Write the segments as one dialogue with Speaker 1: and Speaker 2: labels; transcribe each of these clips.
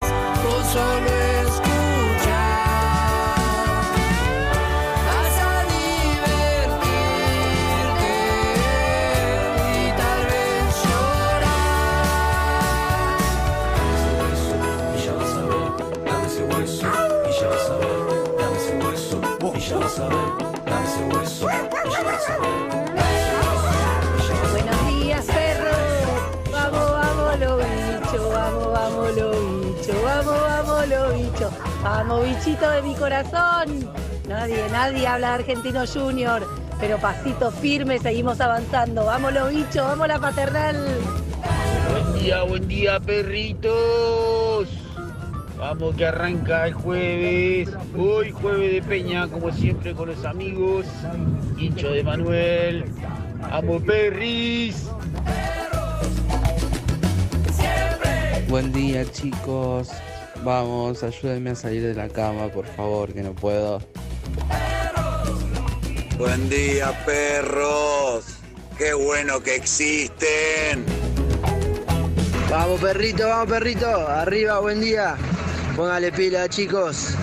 Speaker 1: Con solo escuchar vas a divertirte y tal vez llorar. Y ya vas a ver, dame ese hueso. Y ya vas a ver, dame ese hueso. Y ya vas a ver, dame ese hueso. Y ya vas a ver.
Speaker 2: Buenos días, perro. Vamos, vamos, lo bicho. Vamos, vamos, lo bicho. Vamos, vamos, lo bicho. Vamos, bichito de mi corazón. Nadie, nadie habla de Argentino Junior. Pero pasito firme, seguimos avanzando. Vamos, lo bicho. Vamos, la paternal.
Speaker 3: Buen día, buen día, perritos. Vamos que arranca el jueves. Hoy jueves de Peña, como siempre con los amigos. Hincho de Manuel. Amo perris.
Speaker 4: Buen día chicos, vamos, ayúdenme a salir de la cama, por favor, que no puedo.
Speaker 5: Buen día, perros. Qué bueno que existen.
Speaker 6: Vamos perrito, vamos perrito, arriba, buen día. Póngale pila chicos,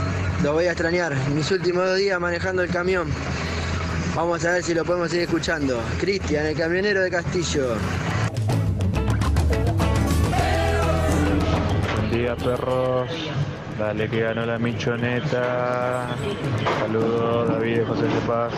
Speaker 6: lo voy a extrañar. Mis últimos dos días manejando el camión. Vamos a ver si lo podemos seguir escuchando. Cristian, el camionero de Castillo.
Speaker 7: Buen día, perros. Dale que ganó la michoneta. Saludos, David José de Paz.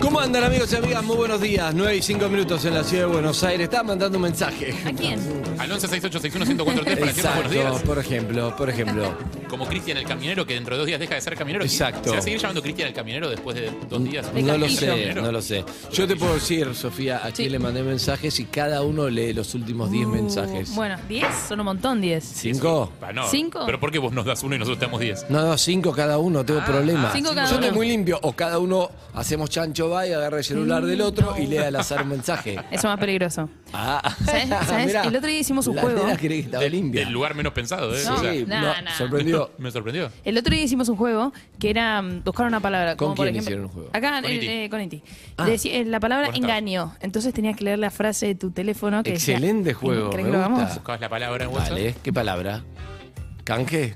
Speaker 8: ¿Cómo andan amigos y amigas? Muy buenos días. 9 y 5 minutos en la ciudad de Buenos Aires. Estaba mandando un mensaje.
Speaker 9: ¿A quién? Al 1168611043 para decirnos buenos
Speaker 8: Exacto,
Speaker 9: días.
Speaker 8: por ejemplo, por ejemplo.
Speaker 9: Como Cristian el Caminero, que dentro de dos días deja de ser caminero.
Speaker 8: Exacto.
Speaker 9: ¿Se va a seguir llamando Cristian el Caminero después de dos días?
Speaker 8: No
Speaker 9: Cristian
Speaker 8: lo
Speaker 9: el
Speaker 8: sé,
Speaker 9: Caminero.
Speaker 8: no lo sé. Yo te puedo decir, Sofía, a quién le mandé mensajes y cada uno lee los últimos 10 mensajes.
Speaker 10: Mm, Uh, Bueno, 10 son un montón, 10.
Speaker 8: ¿Cinco?
Speaker 9: Ah, no.
Speaker 10: ¿Cinco?
Speaker 9: ¿Pero por qué vos nos das uno y nosotros te damos diez?
Speaker 8: No, no, cinco cada uno, tengo problemas.
Speaker 10: Ah, cinco cada
Speaker 8: Yo estoy
Speaker 10: uno.
Speaker 8: muy limpio. O cada uno hacemos chancho va y agarra el celular del
Speaker 10: Mm,
Speaker 8: otro y lee al azar un mensaje.
Speaker 10: Eso es más peligroso.
Speaker 8: Ah,
Speaker 10: ¿Sabes? ¿Sabes?
Speaker 8: mirá,
Speaker 10: El otro día hicimos un
Speaker 8: la
Speaker 10: juego.
Speaker 8: nena creí que estaba limpia.
Speaker 9: Del lugar menos pensado, ¿eh?
Speaker 8: Sí,
Speaker 9: O sea,
Speaker 10: nah,
Speaker 8: no,
Speaker 10: nah.
Speaker 8: sorprendió.
Speaker 9: me sorprendió.
Speaker 10: El otro día hicimos un juego que era mm, buscar una palabra.
Speaker 8: ¿Con
Speaker 10: como por
Speaker 8: quién
Speaker 10: ejemplo,
Speaker 8: hicieron un juego?
Speaker 10: Acá
Speaker 9: Con
Speaker 10: eh,
Speaker 9: Iti.
Speaker 10: eh, con Iti.
Speaker 8: Ah.
Speaker 10: Decí- eh, la palabra
Speaker 9: Buenas tardes.
Speaker 10: engaño. Entonces tenías que leer la frase de tu teléfono. Que decía,
Speaker 8: Excelente juego,
Speaker 10: ¿Crees
Speaker 8: me
Speaker 10: que lo
Speaker 8: gusta.
Speaker 10: hagamos?
Speaker 9: Buscabas la palabra en WhatsApp.
Speaker 8: Vale, ¿qué palabra? ¿Canje?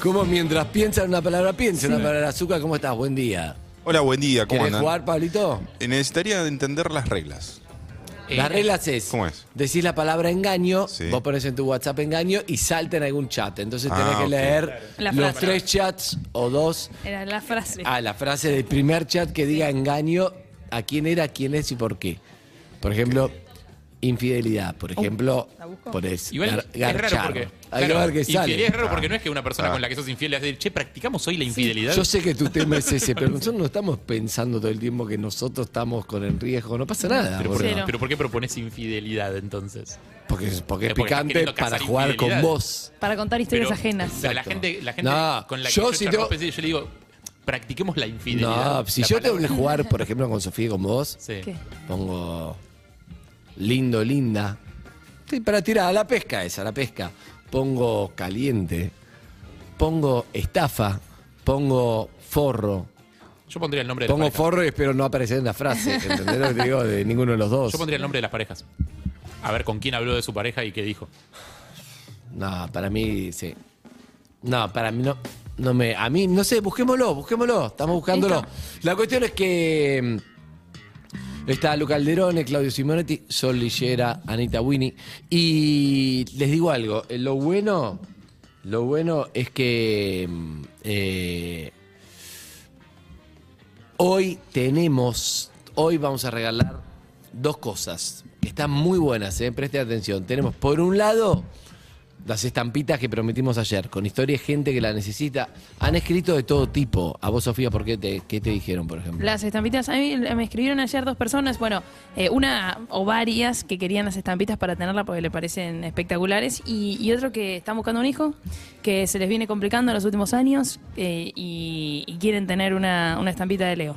Speaker 8: ¿Cómo mientras piensa en una palabra, piensa en una palabra azúcar? ¿Cómo estás? Buen día.
Speaker 11: Hola, buen día, ¿cómo
Speaker 8: ¿Quieres
Speaker 11: andan?
Speaker 8: jugar, Pablito?
Speaker 11: Eh, Necesitaría entender las reglas.
Speaker 9: Eh,
Speaker 8: Las reglas es,
Speaker 11: ¿Cómo es?
Speaker 8: decís la palabra engaño,
Speaker 11: Sí.
Speaker 8: vos pones en tu WhatsApp engaño y salta en algún chat. Entonces
Speaker 11: Ah,
Speaker 8: tenés que
Speaker 11: ok.
Speaker 8: leer
Speaker 10: La
Speaker 8: los
Speaker 10: frase.
Speaker 8: tres chats o dos
Speaker 10: Era la frase.
Speaker 8: Ah, la frase del primer chat que diga engaño, a quién era, quién es y por qué. Por ejemplo, infidelidad. Por ejemplo,
Speaker 10: Uh, ¿la busco?
Speaker 8: por eso.
Speaker 9: Igual
Speaker 8: gar-
Speaker 9: es raro
Speaker 8: garchar.
Speaker 9: porque.
Speaker 8: Hay
Speaker 9: claro,
Speaker 8: que ver qué
Speaker 9: infidelidad
Speaker 8: sale.
Speaker 9: es raro porque no es que una persona
Speaker 11: Ah.
Speaker 9: con la que sos infiel es decir, che, practicamos hoy la infidelidad.
Speaker 8: Yo sé que tu tema es ese, pero nosotros no estamos pensando todo el tiempo que nosotros estamos con el riesgo. No pasa nada.
Speaker 9: pero, por,
Speaker 8: boludo.
Speaker 10: Cero.
Speaker 9: pero ¿por qué propones infidelidad entonces?
Speaker 8: porque, es- porque es
Speaker 9: Porque estás
Speaker 8: picante
Speaker 9: queriendo
Speaker 8: para
Speaker 9: cazar
Speaker 8: jugar con
Speaker 9: infidelidades.
Speaker 8: vos.
Speaker 10: Para contar historias
Speaker 9: Pero-
Speaker 10: ajenas.
Speaker 9: pero la
Speaker 8: Exacto.
Speaker 9: gente, la gente
Speaker 8: No,
Speaker 9: con la que
Speaker 8: yo
Speaker 9: yo,
Speaker 8: si
Speaker 9: charlo
Speaker 8: tengo-
Speaker 9: pensé, yo le digo, practiquemos la infidelidad.
Speaker 8: No, si
Speaker 9: La
Speaker 8: yo tengo que
Speaker 9: palabra-
Speaker 8: jugar, por ejemplo, con Sofía y con vos,
Speaker 9: Sí.
Speaker 10: ¿Qué?
Speaker 8: Pongo lindo, linda. Estoy para tirar a la pesca esa, a la pesca. Pongo caliente. Pongo estafa. Pongo forro.
Speaker 9: Yo pondría el nombre de
Speaker 8: Pongo
Speaker 9: las parejas.
Speaker 8: forro y espero no aparecer en la frase. ¿Entendés lo que te digo? De ninguno de los dos.
Speaker 9: Yo pondría el nombre de las parejas. A ver con quién habló de su pareja y qué dijo.
Speaker 8: No, para mí sí. No, para mí no. No me. A mí, no sé, busquémoslo, busquémoslo. Estamos buscándolo. La cuestión es que. mm, Está Luca Alderone, Claudio Simonetti, Sol Lillera, Anita Winnie. Y les digo algo, eh, lo bueno, lo bueno es que mm, eh, Hoy tenemos, hoy vamos a regalar dos cosas que están muy buenas, ¿eh? presten atención. Tenemos por un lado Las estampitas que prometimos ayer, con historias de gente que la necesita. Han escrito de todo tipo. A vos, Sofía, ¿por qué te, qué te dijeron, por ejemplo?
Speaker 10: Las estampitas, a mí eh, me escribieron ayer dos personas, bueno, eh, una o varias que querían las estampitas para tenerla porque le parecen espectaculares y, y otro que están buscando un hijo, que se les viene complicando en los últimos años eh, y, y quieren tener una, una estampita de Leo.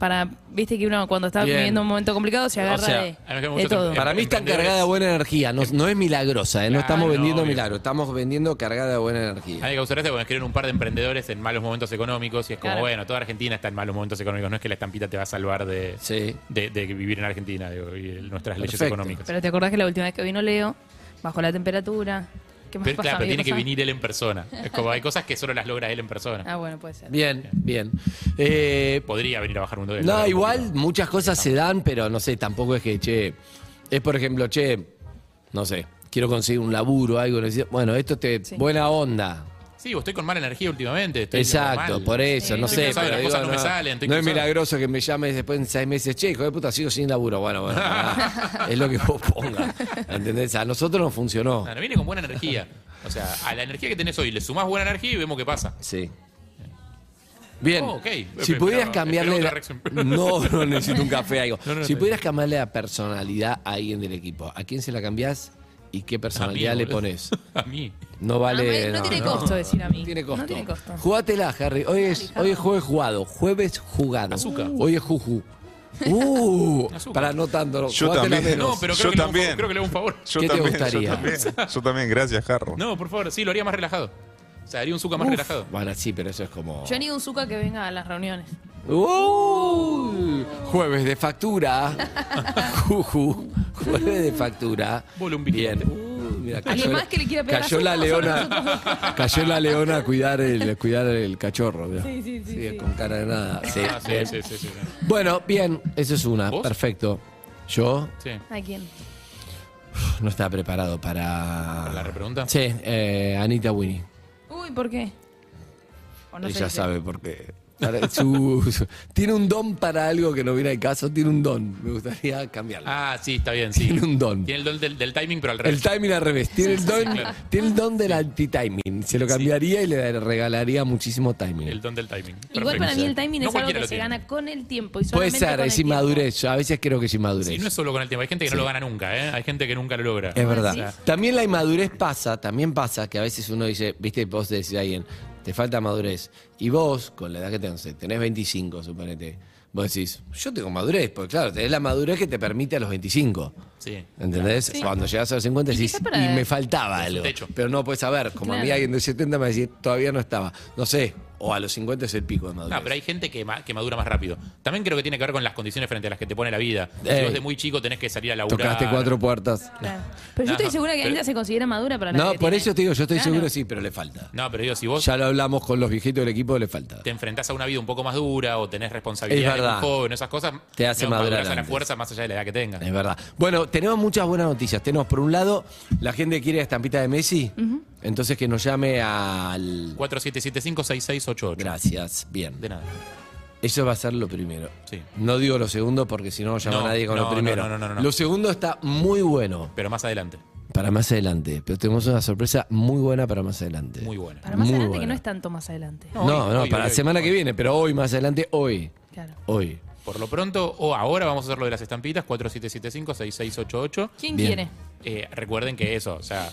Speaker 10: Para, viste que uno cuando está
Speaker 8: Bien.
Speaker 10: viviendo un momento complicado se agarra de, de todo.
Speaker 8: Para mí está cargada de buena energía, no, no es milagrosa, eh, no
Speaker 9: Claro,
Speaker 8: estamos vendiendo
Speaker 9: obvio.
Speaker 8: milagros, estamos vendiendo cargada de buena energía.
Speaker 9: Hay que causar gracia cuando escriben un par de emprendedores en malos momentos económicos y es como,
Speaker 10: Claro.
Speaker 9: bueno, toda Argentina está en malos momentos económicos. No es que la estampita te va a salvar de, de, de vivir en Argentina digo, y el- nuestras leyes
Speaker 8: Perfecto.
Speaker 9: económicas.
Speaker 10: Pero te acordás que la última vez que vino Leo, bajó la temperatura. ¿Qué más
Speaker 9: Pero,
Speaker 10: pasa?
Speaker 9: claro, pero
Speaker 10: ¿Qué
Speaker 9: tiene que
Speaker 10: pasa?
Speaker 9: venir él en persona. Es como hay cosas que solo las logra él en persona.
Speaker 10: Ah, bueno, puede ser.
Speaker 8: Bien, bien. Eh,
Speaker 9: Podría venir a bajar un dólar.
Speaker 8: No, igual muchas cosas se dan, pero no sé, tampoco es que, che, es por ejemplo, che, no sé, quiero conseguir un laburo, algo, necesito- bueno, esto te, buena onda.
Speaker 9: Sí, vos estoy con mala energía últimamente. estoy
Speaker 8: Exacto,
Speaker 9: mal.
Speaker 8: por eso, no
Speaker 9: Estoy
Speaker 8: sé.
Speaker 9: cansado,
Speaker 8: pero
Speaker 9: las cosas
Speaker 8: digo,
Speaker 9: no, me salen. estoy
Speaker 8: no es
Speaker 9: cruzado.
Speaker 8: milagroso que me llames después en seis meses, che, hijo de puta, sigo sin laburo. Bueno, bueno, nada, es lo que vos pongas. ¿Entendés? A nosotros nos funcionó.
Speaker 9: Claro, viene con buena energía. O sea, a la energía que tenés hoy le sumás buena energía y vemos qué pasa.
Speaker 8: Sí. Bien,
Speaker 9: Oh, ok.
Speaker 8: si
Speaker 9: Espera,
Speaker 8: pudieras
Speaker 9: espera
Speaker 8: cambiarle...
Speaker 9: otra
Speaker 8: la-
Speaker 9: reacción.
Speaker 8: No, no necesito un café, algo.
Speaker 9: No, no,
Speaker 8: si
Speaker 9: no.
Speaker 8: pudieras cambiarle la personalidad a alguien del equipo, ¿a quién se la cambiás y qué personalidad
Speaker 9: A mí,
Speaker 8: le
Speaker 9: boludo.
Speaker 8: pones?
Speaker 9: A mí.
Speaker 8: No vale...
Speaker 10: no, tiene
Speaker 8: no.
Speaker 10: costo decir a mí. No
Speaker 8: tiene costo.
Speaker 10: No tiene costo.
Speaker 8: Jugátela, Harry. Hoy es, hoy es jueves jugado. Jueves jugado.
Speaker 9: Azúcar.
Speaker 8: Hoy es juju. Uh, para no tanto.
Speaker 11: Yo
Speaker 8: jugátela
Speaker 11: también.
Speaker 8: menos.
Speaker 9: No, pero creo,
Speaker 11: Yo
Speaker 9: que le hago un
Speaker 11: también.
Speaker 9: favor, creo que le hago un favor.
Speaker 11: Yo
Speaker 8: ¿Qué te
Speaker 11: también,
Speaker 8: gustaría?
Speaker 11: Yo también, Yo también, gracias, Jarro.
Speaker 9: No, por favor, sí, lo haría más relajado. O sea, haría un zuca más
Speaker 8: Uf.
Speaker 9: relajado.
Speaker 8: Bueno, sí, pero eso es como.
Speaker 10: Yo ni un Zuka que venga a las reuniones.
Speaker 8: Uh, jueves de factura. Juju. Jueves de factura. Bien. Uh, mira,
Speaker 10: Alguien
Speaker 8: la-
Speaker 10: más que le quiera pegar
Speaker 8: cayó la
Speaker 10: azúcar, solo
Speaker 8: leona. Cayó la leona a cuidar el, a cuidar el cachorro. mira.
Speaker 10: Sí, sí, sí, sí.
Speaker 8: Con cara de nada. Sí,
Speaker 9: Ah, sí,
Speaker 8: bien.
Speaker 9: sí, sí, sí.
Speaker 8: Bueno, bien, eso es una. Perfecto. Yo
Speaker 9: Sí.
Speaker 10: ¿A quién?
Speaker 8: no estaba preparado para.
Speaker 9: ¿Para la repregunta?
Speaker 8: Sí, eh, Anita Winnie.
Speaker 10: Uy, ¿por qué? O no sé
Speaker 8: Ella
Speaker 10: si-
Speaker 8: sabe por qué. Para- su- su- tiene un don para algo que no viene al caso. Tiene un don. Me gustaría cambiarlo.
Speaker 9: Ah, sí, está bien, sí.
Speaker 8: Tiene un don.
Speaker 9: Tiene el don del, del timing, pero al
Speaker 8: El
Speaker 9: revés.
Speaker 8: timing al revés. Tiene el
Speaker 9: Sí, sí, sí,
Speaker 8: don,
Speaker 9: claro.
Speaker 8: tiene el don del anti-timing. Se lo cambiaría y le regalaría muchísimo timing.
Speaker 9: El don del timing.
Speaker 10: Igual para mí el timing
Speaker 9: No
Speaker 10: es algo
Speaker 9: cualquiera
Speaker 10: que
Speaker 9: lo
Speaker 10: se
Speaker 9: tiene.
Speaker 10: gana Ah, con el tiempo. Y
Speaker 8: Puede
Speaker 10: solamente
Speaker 8: ser,
Speaker 10: con
Speaker 8: es
Speaker 10: el tiempo.
Speaker 8: inmadurez. Yo a veces creo que es inmadurez.
Speaker 9: Sí, no es solo con el tiempo. Hay gente que no lo gana nunca, ¿eh? Hay gente que nunca lo logra.
Speaker 10: ¿Ah,
Speaker 8: Es verdad.
Speaker 9: O sea,
Speaker 8: También la inmadurez pasa, también pasa que a veces uno dice, viste, vos decís a alguien, te falta madurez. Y vos, con la edad que tenés, tenés 25, suponete, vos decís, yo tengo madurez, porque claro, tenés la madurez que te permite a los 25.
Speaker 9: Sí.
Speaker 8: ¿Entendés?
Speaker 9: Sí.
Speaker 8: Cuando llegas a los 50 decís,
Speaker 10: quizás para-
Speaker 8: y me faltaba algo. Pero no puedes saber, como a mí
Speaker 10: Claro.
Speaker 8: alguien de 70 me decía, todavía no estaba. No sé, o a los 50 es el pico de madurez.
Speaker 9: No, pero hay gente que, ma- que madura más rápido. También creo que tiene que ver con las condiciones frente a las que te pone la vida. Si
Speaker 8: Ey.
Speaker 9: vos de muy chico tenés que salir a laburar.
Speaker 8: Eh, Tocaste cuatro puertas.
Speaker 10: Pero yo estoy
Speaker 9: No,
Speaker 10: segura que
Speaker 9: pero-
Speaker 10: Anita se considera madura para la
Speaker 8: No,
Speaker 10: que
Speaker 8: por
Speaker 10: tiene.
Speaker 8: eso te digo, yo estoy
Speaker 10: Claro.
Speaker 8: seguro sí, pero le falta.
Speaker 9: No, pero digo, si vos
Speaker 8: Ya lo hablamos con los viejitos del equipo, le falta.
Speaker 9: te enfrentás a una vida un poco más dura o tenés responsabilidad
Speaker 8: Es verdad.
Speaker 9: joven, esas cosas,
Speaker 8: Te hace
Speaker 9: digamos,
Speaker 8: madurar
Speaker 9: madurás a la
Speaker 8: antes. Eh.
Speaker 9: fuerza más allá de la edad que tengas.
Speaker 8: Es verdad. Bueno, tenemos muchas buenas noticias. Tenemos, por un lado, la gente quiere la estampita de Messi. Entonces que nos llame al...
Speaker 9: 4775-6688.
Speaker 8: Gracias, bien.
Speaker 9: De nada.
Speaker 8: Eso va a ser lo primero.
Speaker 9: Sí.
Speaker 8: No digo lo segundo porque si no, no llama
Speaker 9: No,
Speaker 8: nadie con
Speaker 9: no,
Speaker 8: lo
Speaker 9: no,
Speaker 8: primero.
Speaker 9: no, no, no, no.
Speaker 8: Lo segundo está muy bueno
Speaker 9: Pero más adelante.
Speaker 8: para más adelante. Pero tenemos una sorpresa muy buena para más adelante.
Speaker 9: Muy buena.
Speaker 10: Para más
Speaker 8: Muy
Speaker 10: adelante, que
Speaker 8: buena.
Speaker 10: no es tanto más adelante.
Speaker 8: No, no, para la semana que viene, pero hoy, más adelante, hoy.
Speaker 10: Claro.
Speaker 8: Hoy.
Speaker 9: Por lo pronto, o ahora vamos a hacer lo de las estampitas, 4775-6688.
Speaker 10: ¿Quién
Speaker 8: Bien.
Speaker 10: quiere?
Speaker 9: Eh, recuerden que eso, o sea.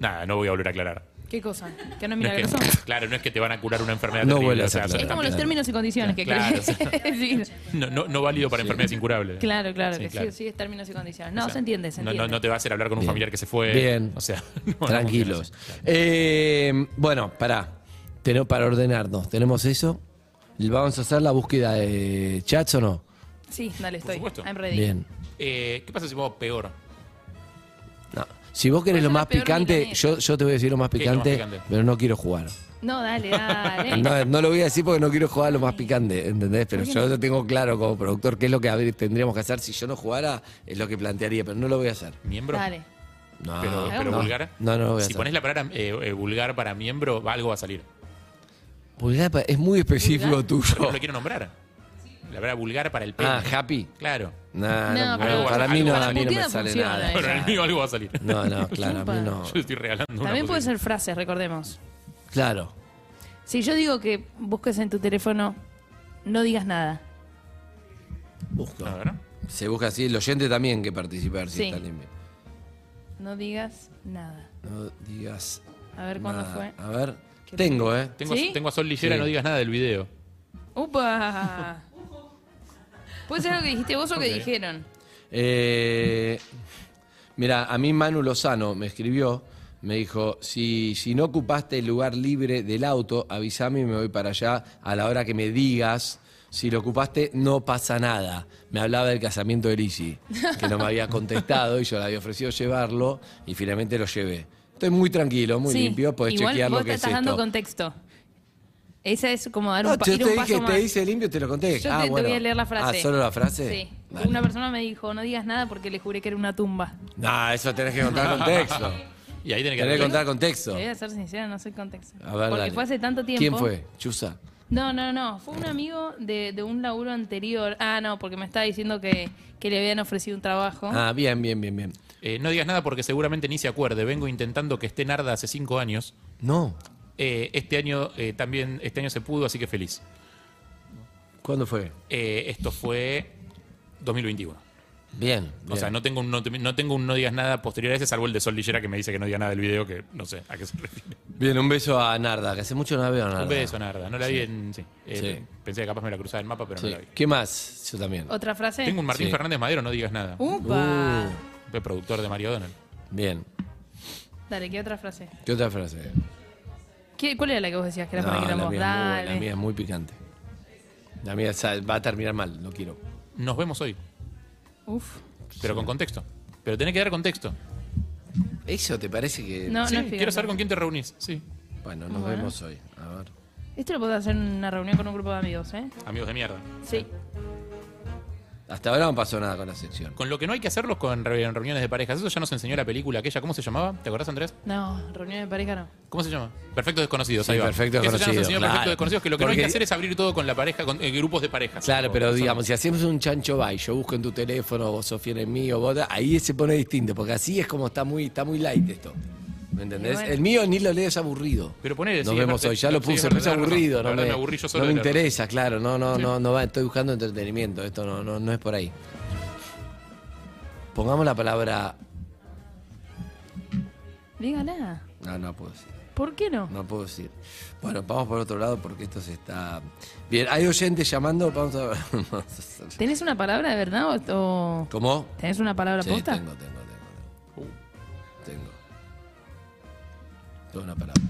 Speaker 9: Nada, no voy a volver a aclarar.
Speaker 10: ¿Qué cosa? ¿Que no es
Speaker 9: No es que-
Speaker 10: milagroso?
Speaker 9: claro, no es que te van a curar una enfermedad
Speaker 8: No
Speaker 9: terrible,
Speaker 8: vuelves
Speaker 9: o sea,
Speaker 8: a aclarar.
Speaker 9: son
Speaker 10: Es como los
Speaker 9: estampitas.
Speaker 10: términos y condiciones que
Speaker 9: Claro,
Speaker 10: querés decir.
Speaker 9: No, no, no válido para enfermedades incurables.
Speaker 10: Claro, claro,
Speaker 9: Sí,
Speaker 10: que
Speaker 9: claro.
Speaker 10: sí, sí es términos y condiciones. No, se entiende, se
Speaker 9: No,
Speaker 10: entiende.
Speaker 9: no, no te va a hacer hablar con un
Speaker 8: Bien.
Speaker 9: familiar que se fue.
Speaker 8: Bien.
Speaker 9: O sea, no, no
Speaker 8: Tranquilos.
Speaker 9: funciona
Speaker 8: Eh, bueno, pará. Tenemos para ordenarnos. ¿Tenemos eso? ¿Vamos a hacer la búsqueda de chats o no?
Speaker 10: Sí, dale, estoy. I'm
Speaker 9: así.
Speaker 10: ready.
Speaker 8: Bien.
Speaker 9: Eh, ¿Qué pasa si vamos peor?
Speaker 8: No. Si vos querés lo más
Speaker 10: peor
Speaker 8: picante,
Speaker 10: milanesa.
Speaker 8: yo, yo te voy a decir lo más
Speaker 9: ¿Qué es lo más
Speaker 8: picante,
Speaker 9: picante?
Speaker 8: pero no quiero jugar.
Speaker 10: No, dale, dale.
Speaker 8: No, no lo voy a decir porque no quiero jugar lo más picante, ¿entendés? Pero
Speaker 10: ¿Por qué
Speaker 8: yo
Speaker 10: no?
Speaker 8: lo tengo claro como productor qué es lo que habr- tendríamos que hacer. Si yo no jugara, es lo que plantearía, pero no lo voy a hacer.
Speaker 9: ¿Miembro?
Speaker 10: Dale.
Speaker 8: No,
Speaker 9: Pero, pero
Speaker 8: no.
Speaker 9: vulgar.
Speaker 8: Ah. No, no lo voy a
Speaker 9: Si
Speaker 8: hacer.
Speaker 9: pones la palabra eh, eh, vulgar para miembro, va- algo va a salir.
Speaker 8: Vulgar pa- es muy específico
Speaker 9: Yo
Speaker 8: tuyo.
Speaker 9: no lo quiero nombrar. La palabra vulgar para el pene.
Speaker 8: Oh. Ah, happy.
Speaker 9: Claro.
Speaker 8: Nah,
Speaker 10: No,
Speaker 8: no,
Speaker 10: pero
Speaker 8: no, para
Speaker 10: algo-
Speaker 8: mí no,
Speaker 10: para
Speaker 8: a mí no
Speaker 10: puteada
Speaker 8: me sale
Speaker 10: funciona ¿eh?
Speaker 8: nada.
Speaker 10: Bueno,
Speaker 9: el mío algo va a salir.
Speaker 8: No, no, claro, a mí no.
Speaker 9: Yo estoy regalando una
Speaker 10: También
Speaker 9: posibilidad.
Speaker 10: puede ser frases, recordemos.
Speaker 8: Claro.
Speaker 10: Si yo digo que busques en tu teléfono, no digas nada.
Speaker 8: Busco. Se busca así, el oyente también que participar si
Speaker 10: Sí.
Speaker 8: está limpio.
Speaker 10: No digas nada.
Speaker 8: No digas.
Speaker 10: A ver cuándo
Speaker 8: nada.
Speaker 10: fue.
Speaker 8: A ver. Tengo, ¿eh?
Speaker 9: Tengo, a-
Speaker 10: ¿Sí?
Speaker 9: tengo a Sol Lillera,
Speaker 8: Sí.
Speaker 9: no digas nada del video.
Speaker 10: ¡Upa! ¿Puede ser algo que dijiste vos o que
Speaker 8: Ok.
Speaker 10: dijeron?
Speaker 8: Eh, mira, a mí Manu Lozano me escribió, me dijo, si, si no ocupaste el lugar libre del auto, avísame y me voy para allá a la hora que me digas. Si lo ocupaste, no pasa nada. Me hablaba del casamiento de Lisi, que no me había contestado y yo le había ofrecido llevarlo y finalmente lo llevé. Estoy muy tranquilo, muy
Speaker 10: Sí.
Speaker 8: limpio, podés
Speaker 10: Igual
Speaker 8: chequear
Speaker 10: vos
Speaker 8: lo que
Speaker 10: te
Speaker 8: es
Speaker 10: estás dando
Speaker 8: esto.
Speaker 10: contexto. Esa es como dar un,
Speaker 8: No,
Speaker 10: pa-
Speaker 8: yo
Speaker 10: ir
Speaker 8: te
Speaker 10: un
Speaker 8: dije,
Speaker 10: paso
Speaker 8: te
Speaker 10: más.
Speaker 8: hice limpio y te lo conté.
Speaker 10: Yo
Speaker 8: ah,
Speaker 10: te, te
Speaker 8: bueno.
Speaker 10: voy a leer la frase.
Speaker 8: Ah, ¿solo la frase?
Speaker 10: Sí.
Speaker 8: Dale.
Speaker 10: Una persona me dijo, no digas nada porque le juré que era una tumba.
Speaker 8: No, eso tenés que contar contexto.
Speaker 9: y ahí tenés que
Speaker 8: Tenés que contar contexto.
Speaker 10: Te voy a ser sincera, no soy contexto.
Speaker 8: A ver,
Speaker 10: porque
Speaker 8: dale.
Speaker 10: fue hace tanto tiempo.
Speaker 8: ¿Quién fue? Chusa.
Speaker 10: No, no, no. Fue un amigo de, de un laburo anterior. Ah, no, porque me estaba diciendo que, que le habían ofrecido un trabajo.
Speaker 8: Ah, bien, bien, bien, bien.
Speaker 9: Eh, no digas nada porque seguramente ni se acuerde. Vengo intentando que esté Narda hace cinco años.
Speaker 8: No.
Speaker 9: Eh, este año eh, también, este año se pudo, así que feliz.
Speaker 8: ¿Cuándo fue?
Speaker 9: Eh, esto fue 2021.
Speaker 8: Bien.
Speaker 9: O sea, no tengo, un no, te- no tengo un no digas nada posterior a ese, salvo el de Sol Lillera que me dice que no diga nada del video, que no sé a qué se refiere.
Speaker 8: Bien, un beso a Narda, que hace mucho no la veo a Narda.
Speaker 9: Un beso, Narda. No la vi
Speaker 8: Sí.
Speaker 9: en. Sí. Eh,
Speaker 8: Sí.
Speaker 9: Pensé que capaz me la cruzaba el mapa, pero
Speaker 8: Sí.
Speaker 9: no la vi.
Speaker 8: ¿Qué más? Yo también.
Speaker 10: ¿Otra frase?
Speaker 9: Tengo un Martín
Speaker 8: Sí.
Speaker 9: Fernández Madero, no digas nada.
Speaker 10: Ah, ¡Upa!
Speaker 9: El productor de Mario Donald.
Speaker 8: Bien.
Speaker 10: Dale, ¿qué otra frase?
Speaker 8: ¿Qué otra frase?
Speaker 10: ¿Qué- ¿Cuál era la que vos decías que era para
Speaker 8: No,
Speaker 10: que
Speaker 8: la,
Speaker 10: éramos?
Speaker 8: mía es muy, la
Speaker 10: Dale.
Speaker 8: mía es muy picante. La mía o sea, va a terminar mal, no quiero.
Speaker 9: Nos vemos hoy,
Speaker 10: Uf.
Speaker 9: pero con contexto. Pero tenés que dar contexto.
Speaker 8: ¿Eso te parece
Speaker 10: No,
Speaker 8: que.?
Speaker 9: Sí,
Speaker 10: no es picante.
Speaker 9: quiero saber con quién te reunís. Sí.
Speaker 8: Bueno, nos
Speaker 10: Bueno.
Speaker 8: vemos hoy. A ver.
Speaker 10: Esto lo podés hacer en una reunión con un grupo de amigos, ¿eh?
Speaker 9: Amigos de mierda.
Speaker 10: Sí.
Speaker 8: Hasta ahora no pasó nada con la sección.
Speaker 9: Con lo que no hay que hacerlos con re- en reuniones de parejas. Eso ya nos enseñó la película aquella. ¿Cómo se llamaba? ¿Te acordás, Andrés?
Speaker 10: No, reunión de pareja no.
Speaker 9: ¿Cómo se llama? Perfectos desconocidos.
Speaker 8: Sí,
Speaker 9: ahí va.
Speaker 8: Perfectos
Speaker 9: Eso ya nos
Speaker 8: Desconocidos,
Speaker 9: enseñó
Speaker 8: claro.
Speaker 9: Perfectos desconocidos que lo que no hay que
Speaker 8: Porque-
Speaker 9: hacer es abrir todo con la pareja, con eh, grupos de parejas.
Speaker 8: Claro, pero
Speaker 9: Eso no.
Speaker 8: digamos, si hacemos un chancho by, yo busco en tu teléfono, vos sos fiel en mí, o vos, ahí se pone distinto, porque así es como está muy, está muy light esto. ¿Me entendés?
Speaker 9: Y bueno.
Speaker 8: El mío ni lo lees aburrido.
Speaker 9: Pero poné,
Speaker 8: Nos
Speaker 9: sí, es
Speaker 8: vemos
Speaker 9: verdad,
Speaker 8: hoy, ya
Speaker 9: sí,
Speaker 8: lo
Speaker 9: es
Speaker 8: puse,
Speaker 9: verdad,
Speaker 8: puse
Speaker 9: tenés razón.
Speaker 8: aburrido,
Speaker 9: La
Speaker 8: no
Speaker 9: verdad,
Speaker 8: me,
Speaker 9: me aburrí yo
Speaker 8: no
Speaker 9: solo
Speaker 8: me
Speaker 9: de leerlo.
Speaker 8: interesa, claro, no, no,
Speaker 9: Sí.
Speaker 8: no, no va, estoy buscando entretenimiento, esto no, no, no es por ahí. Pongamos la palabra.
Speaker 10: Dígala.
Speaker 8: No, no puedo decir.
Speaker 10: ¿Por qué no?
Speaker 8: No puedo decir. Bueno, vamos por otro lado porque esto se está. Bien, hay oyentes llamando, vamos a ver.
Speaker 10: ¿Tenés una palabra de verdad o- o.?
Speaker 8: ¿Cómo?
Speaker 10: ¿Tenés una palabra
Speaker 8: Sí,
Speaker 10: posta?
Speaker 8: tengo, tengo, tengo. Tengo.
Speaker 9: Uh.
Speaker 8: Tengo. Tengo una palabra.